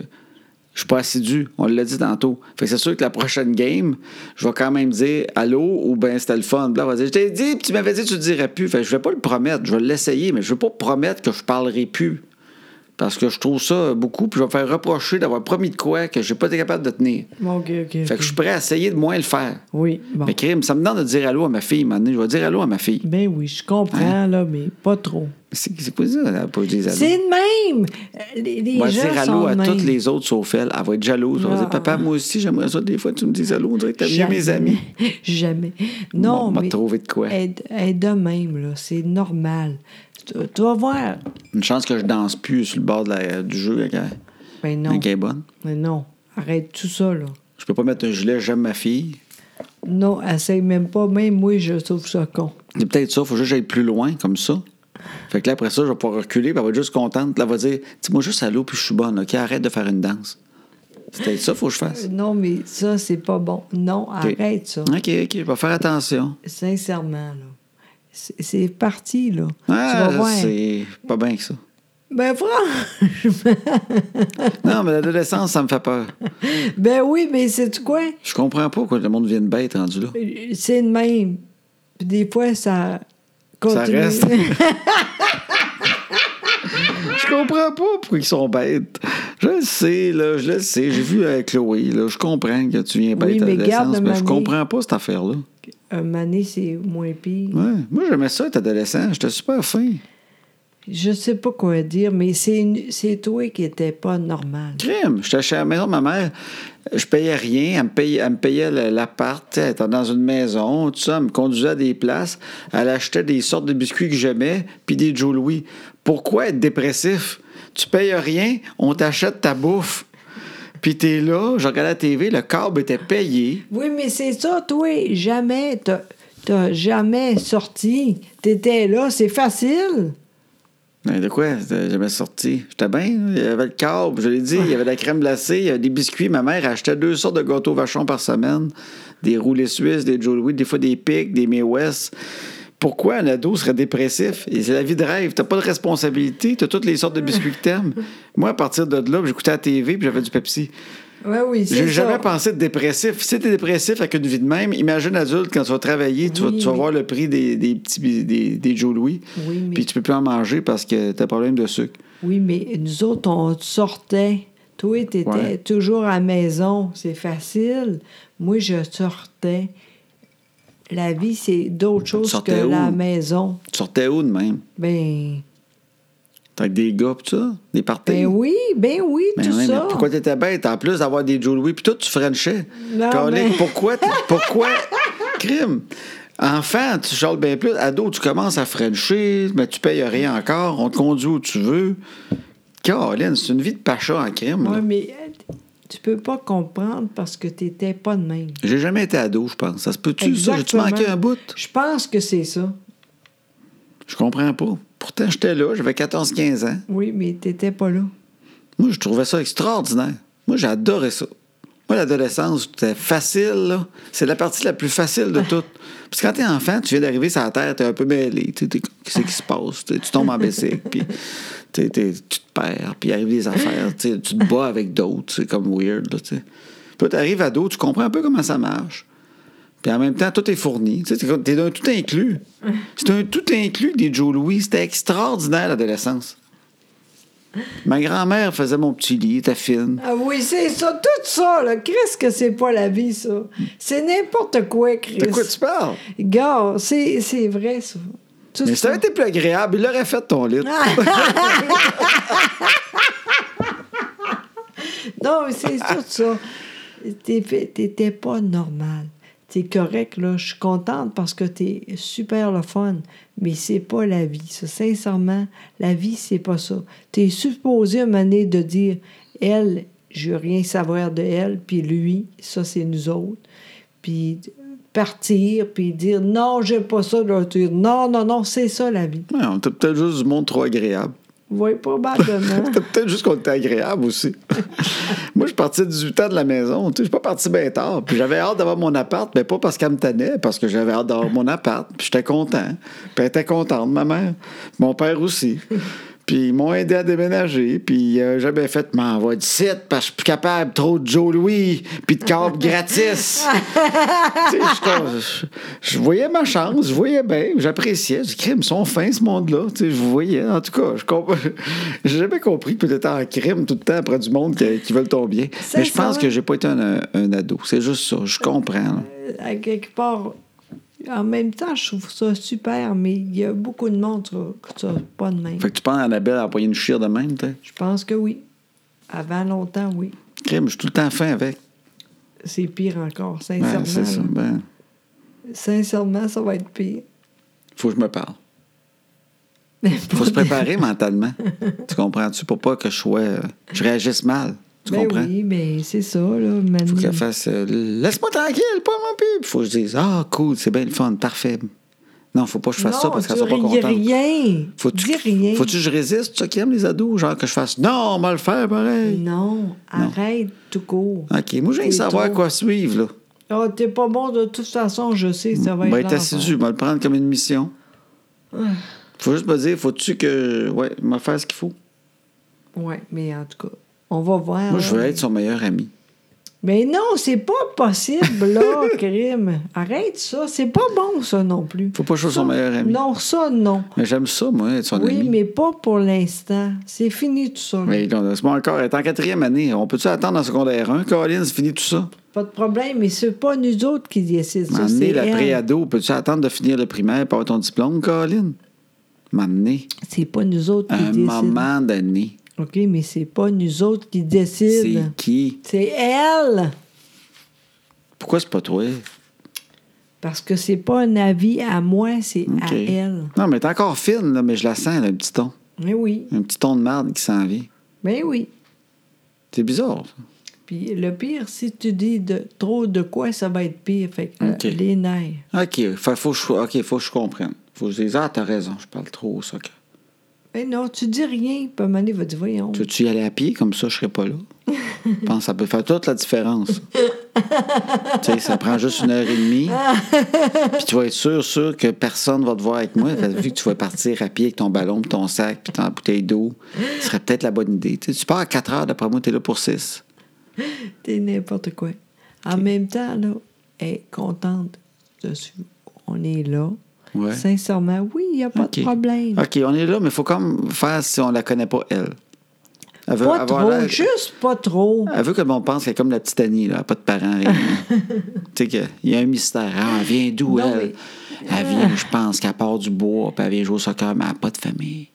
je suis pas assidu. On l'a dit tantôt. Fait que c'est sûr que la prochaine game, je vais quand même dire allô ou ben c'était le fun. Puis Là, on va dire, je t'ai dit, puis tu m'avais dit, que tu le dirais plus. Fait que je vais pas le promettre. Je vais l'essayer, mais je veux pas promettre que je parlerai plus. Parce que je trouve ça beaucoup, puis je vais me faire reprocher d'avoir promis de quoi que j'ai pas été capable de tenir.
Bon, OK, OK.
Fait
ok.
que je suis prêt à essayer de moins le faire.
Oui, bon.
Mais crime, ça me donne de dire allô à ma fille, maintenant. Je vais dire allô à ma fille.
Ben oui, je comprends, là, mais pas trop.
C'est c'est quoi ça, elle peut dire Hein? allô?
C'est de même. Euh, Les, les
On va
gens
dire
sont
allô à
de même.
toutes les autres sauf elle. Elle va être jalouse. Elle va
Ah.
dire Papa, moi aussi, j'aimerais ça. Des fois, tu me dis allô, on dirait que t'as mieux mes amis.
Jamais. Non,
on va
mais
trouver de quoi.
Elle, elle est de même, là. C'est normal. Tu, tu vas voir.
Une chance que je danse plus sur le bord de la- du jeu quand,
Ben non.
quand elle est bonne.
Mais non. Arrête tout ça, là.
Je peux pas mettre un gilet, j'aime ma fille.
Non, essaye même pas. Même moi, je trouve ça con.
C'est peut-être ça, faut juste que j'aille plus loin, comme ça. Fait que là, après ça, je vais pouvoir reculer, puis elle va être juste contente. Là, elle va dire Dis-moi juste allô, puis je suis bonne, OK Arrête de faire une danse. C'est peut-être ça, faut que je fasse.
Non, mais ça, c'est pas bon. Non,
OK.
arrête ça.
OK, OK, je vais faire attention.
Sincèrement, là. C'est c'est parti, là.
Ah,
tu vas voir.
c'est pas bien que ça.
Ben, franchement.
Non, mais l'adolescence, ça me fait peur.
ben oui, mais c'est quoi?
Je comprends pas quoi le monde vienne bête rendu là.
C'est de même. Puis des fois, ça
Ça
continue.
reste. Je comprends pas pourquoi ils sont bêtes. Je le sais, là, je le sais. J'ai vu avec Chloé, là, je comprends que tu viens bête
Oui,
à
mais garde
l'adolescence,
le
mais je
mané.
comprends pas cette affaire-là.
Un mané, c'est moins pire.
Ouais. Moi, j'aimais ça être adolescent. J'étais super fin.
Je sais pas quoi dire, mais c'est c'est toi qui n'étais pas normal.
Crime. J'étais chez la maison de ma mère. Je payais rien. Elle me payait, elle me payait le- l'appart. tu sais, Elle était dans une maison, tout ça. Elle me conduisait à des places. Elle achetait des sortes de biscuits que j'aimais, puis des Joe Louis. Pourquoi être dépressif? Tu payes rien, on t'achète ta bouffe. Puis t'es là, je regardais la TV, le câble était payé.
Oui, mais c'est ça, toi, jamais, t'as- t'as jamais sorti. T'étais là, c'est facile.
Mais de quoi? J'étais- J'avais sorti. J'étais bien. là. Il y avait le câble, je l'ai dit. Il y avait de la crème glacée, il y avait des biscuits. Ma mère achetait deux sortes de gâteaux vachons par semaine. Des roulés suisses, des Joe Louis, des fois des pics, des May West. Pourquoi un ado serait dépressif? Et C'est la vie de rêve. T'as pas de responsabilité. T'as toutes les sortes de biscuits que t'aimes. Moi, à partir de là, j'écoutais la TV puis j'avais du Pepsi.
Oui, oui, c'est ça.
J'ai jamais pensé être dépressif. Si t'es dépressif avec une vie de même, imagine adulte quand tu vas travailler, tu, vas,
Oui,
tu vas
oui.
voir le prix des, des petits bi- des, des Joe Louis,
Oui, mais-
puis tu peux plus en manger parce que t'as un problème de sucre.
Oui, mais nous autres, on sortait. Toi, t'étais
Ouais.
toujours à la maison, c'est facile. Moi, je sortais. la vie, c'est d'autres choses que
sortais où?
la maison.
Tu sortais où de même?
Ben,
T'as des gars, pis ça? Des parties?
ben oui, ben oui,
Ben
tout
oui, mais
ça.
pourquoi t'étais bête? En plus d'avoir des Joe Louis, puis toi, tu frenchais.
Non,
Calique,
mais-
Pourquoi? t'es- Pourquoi? Crime! Enfant, tu charles bien plus. Ado, tu commences à frencher, mais tu payes rien encore. On te conduit où tu veux. Caroline, c'est une vie de pacha en crime. là.
Ouais, mais euh, tu peux pas comprendre parce que tu n'étais pas de même.
J'ai jamais été ado, je pense. Ça se peut-tu, ça? J'ai-tu
Exactement.
manqué un bout?
Je pense que c'est ça.
Je comprends pas. Pourtant, j'étais là, j'avais 14-15 ans.
Oui, mais t'étais pas là.
Moi, je trouvais ça extraordinaire. Moi, j'adorais ça. Moi, l'adolescence, c'était facile. là. C'est la partie la plus facile de toutes. Parce que quand t'es enfant, tu viens d'arriver sur la terre, t'es un peu mêlé. Tu sais, t'es- qu'est-ce qui se passe? Tu sais, tu tombes en bicycle, puis t'es- t'es- tu te perds, puis il arrive des affaires. tu sais, tu te bats avec d'autres. C'est comme weird. Là, tu sais. Puis là, t'arrives à dos, tu comprends un peu comment ça marche. Puis en même temps, tout est fourni. Tu sais, t'es comme- t'es un tout inclus. C'est un tout inclus des Joe Louis. C'était extraordinaire, l'adolescence. Ma grand-mère faisait mon petit lit, elle était fine.
Ah oui, c'est ça, tout ça, là. Chris, que c'est pas la vie, ça. C'est n'importe quoi, Chris.
De quoi tu parles?
Gars, c'est c'est vrai, ça. Tout
Mais si
ça.
t'avais été plus agréable, il aurait fait ton lit.
Non, mais c'est tout ça. T'es- T'étais pas normal. T'es correct, là. Je suis contente parce que t'es super le fun. Mais c'est pas la vie, ça. Sincèrement, la vie, c'est pas ça. T'es supposé, une année, de dire elle, je veux rien savoir de elle, puis lui, ça, c'est nous autres. Puis partir, puis dire non, j'ai pas ça, de dire non, non, non, c'est ça la vie.
Ouais, on était peut-être juste du monde trop agréable.
Oui, probablement.
C'était peut-être juste qu'on était agréable aussi. Moi, je suis parti à 18 ans de la maison. tu sais, Je suis pas parti bien tard. Puis j'avais hâte d'avoir mon appart, mais pas parce qu'elle me tenait, parce que j'avais hâte d'avoir mon appart. Puis j'étais content. Puis elle était contente, ma mère. Mon père aussi. Puis ils m'ont aidé à déménager. Puis euh, j'avais fait, m'envoie du site, parce que je suis plus capable, trop de Joe Louis, puis de câbles gratis. Tu sais, je, je- je voyais ma chance, je voyais bien, j'appréciais. Je crime, ils sont fins, ce monde-là. Tu sais, je voyais. En tout cas, je comp- j'ai jamais compris que peut-être en crime tout le temps après du monde qui, qui veulent ton bien.
Ça,
Mais je
ça
pense
va.
que j'ai pas été un, un ado. C'est juste ça. Je comprends. là.
à quelque part, en même temps, je trouve ça super, mais il y a beaucoup de monde qui ça pas de même.
Fait que tu penses à Annabelle à empoigner une chire de même, tu sais.
Je pense que oui. Avant longtemps, oui.
Crime, je suis tout le temps fin avec.
C'est pire encore,
Ouais,
sincèrement.
c'est ça.
là.
Ben,
Sincèrement, ça va être pire.
faut que je me parle.
Mais
Faut se préparer mentalement. Tu comprends-tu? Pour pas que je sois. euh, Je réagisse mal. Tu
ben
comprends?
oui, mais c'est ça, là. Manu.
Faut qu'elle fasse euh, Laisse-moi tranquille, pas mon pub. Faut que je dise Ah, cool, c'est bien le fun, parfait. Non, faut pas que je fasse ça
Non,
parce qu'elle
tu
sera pas
ris
contente.
rien.
Faut
Dis rien.
Faut-tu que je résiste, ça qui aime les ados? Genre que je fasse Non, on va le faire pareil.
Non, arrête tout court.
OK, moi, je viens de
C'est
savoir
trop.
quoi suivre, là.
Ah, t'es pas bon, de toute façon, je sais, ça va
Ben,
être
être assidu, ben, le prendre comme une mission.
Ah.
Faut juste me dire Faut-tu que. Ouais, me faire ce qu'il faut.
Oui, mais en tout cas, on va voir.
Moi, je
là.
veux être son meilleur ami.
Mais non, c'est pas possible, là, crime. Arrête ça. C'est pas bon, ça non plus.
Faut pas que je sois son
Ça,
meilleur ami.
Non, ça, non.
Mais j'aime ça, moi, être son
oui,
ami.
mais pas pour l'instant. C'est fini tout ça. là.
Mais là, c'est moi encore, elle est en quatrième année. On peut-tu attendre en secondaire 1? Caroline, c'est fini tout ça.
Pas de problème, mais c'est pas nous autres qui décident ça. C'est
M'amener la
elle.
pré-ado, peux-tu attendre de finir le primaire pour avoir ton diplôme, Colin? M'amener
C'est pas nous autres
à
qui
un
décident.
moment donné.
OK, mais c'est pas nous autres qui
C'est
décident.
qui?
C'est elle.
Pourquoi c'est pas toi?
Parce que c'est pas un avis à moi, c'est
OK.
à elle.
Non, mais t'es encore fine, là, mais je la sens, elle a un petit ton.
Mais oui,
Un petit ton de marde qui s'en vient.
mais oui.
C'est bizarre. ça.
Puis le pire, si tu dis de, trop de quoi, ça va être pire. Fait que, euh,
OK.
les nerfs.
OK, fait- faut, que je- ok, faut que je comprenne. Faut que je dise, ah, t'as raison, je parle trop au soccer.
Ben non, tu dis rien. Puis Mané va dire voyons.
Tu veux-tu y aller à pied, comme ça, je serais pas là? Je pense que ça peut faire toute la différence. tu sais, ça prend juste une heure et demie. Puis tu vas être sûr, sûr que personne va te voir avec moi. Fait que vu que tu vas partir à pied avec ton ballon, puis ton sac, puis ta bouteille d'eau, ce serait peut-être la bonne idée. Tu sais, tu pars à 4 heures, d'après moi, t'es là pour 6.
T'es n'importe quoi. En même temps, là, elle est contente de ce- On est là.
Ouais. Ah,
Sincèrement, oui, il n'y a pas de problème.
OK, on est là, mais il faut comme faire si on la connaît pas, elle. Elle veut
Pas
avoir
trop,
l'air-
juste pas trop.
Elle veut que le monde pense qu'elle est comme la petite Annie, là, elle a pas de parents. rien. tu sais qu'il y a un mystère. Ah, elle vient d'où,
Non,
elle?
mais- euh,
Elle vient, je pense, qu'elle part du bois, puis elle vient jouer au soccer, mais elle n'a pas de famille.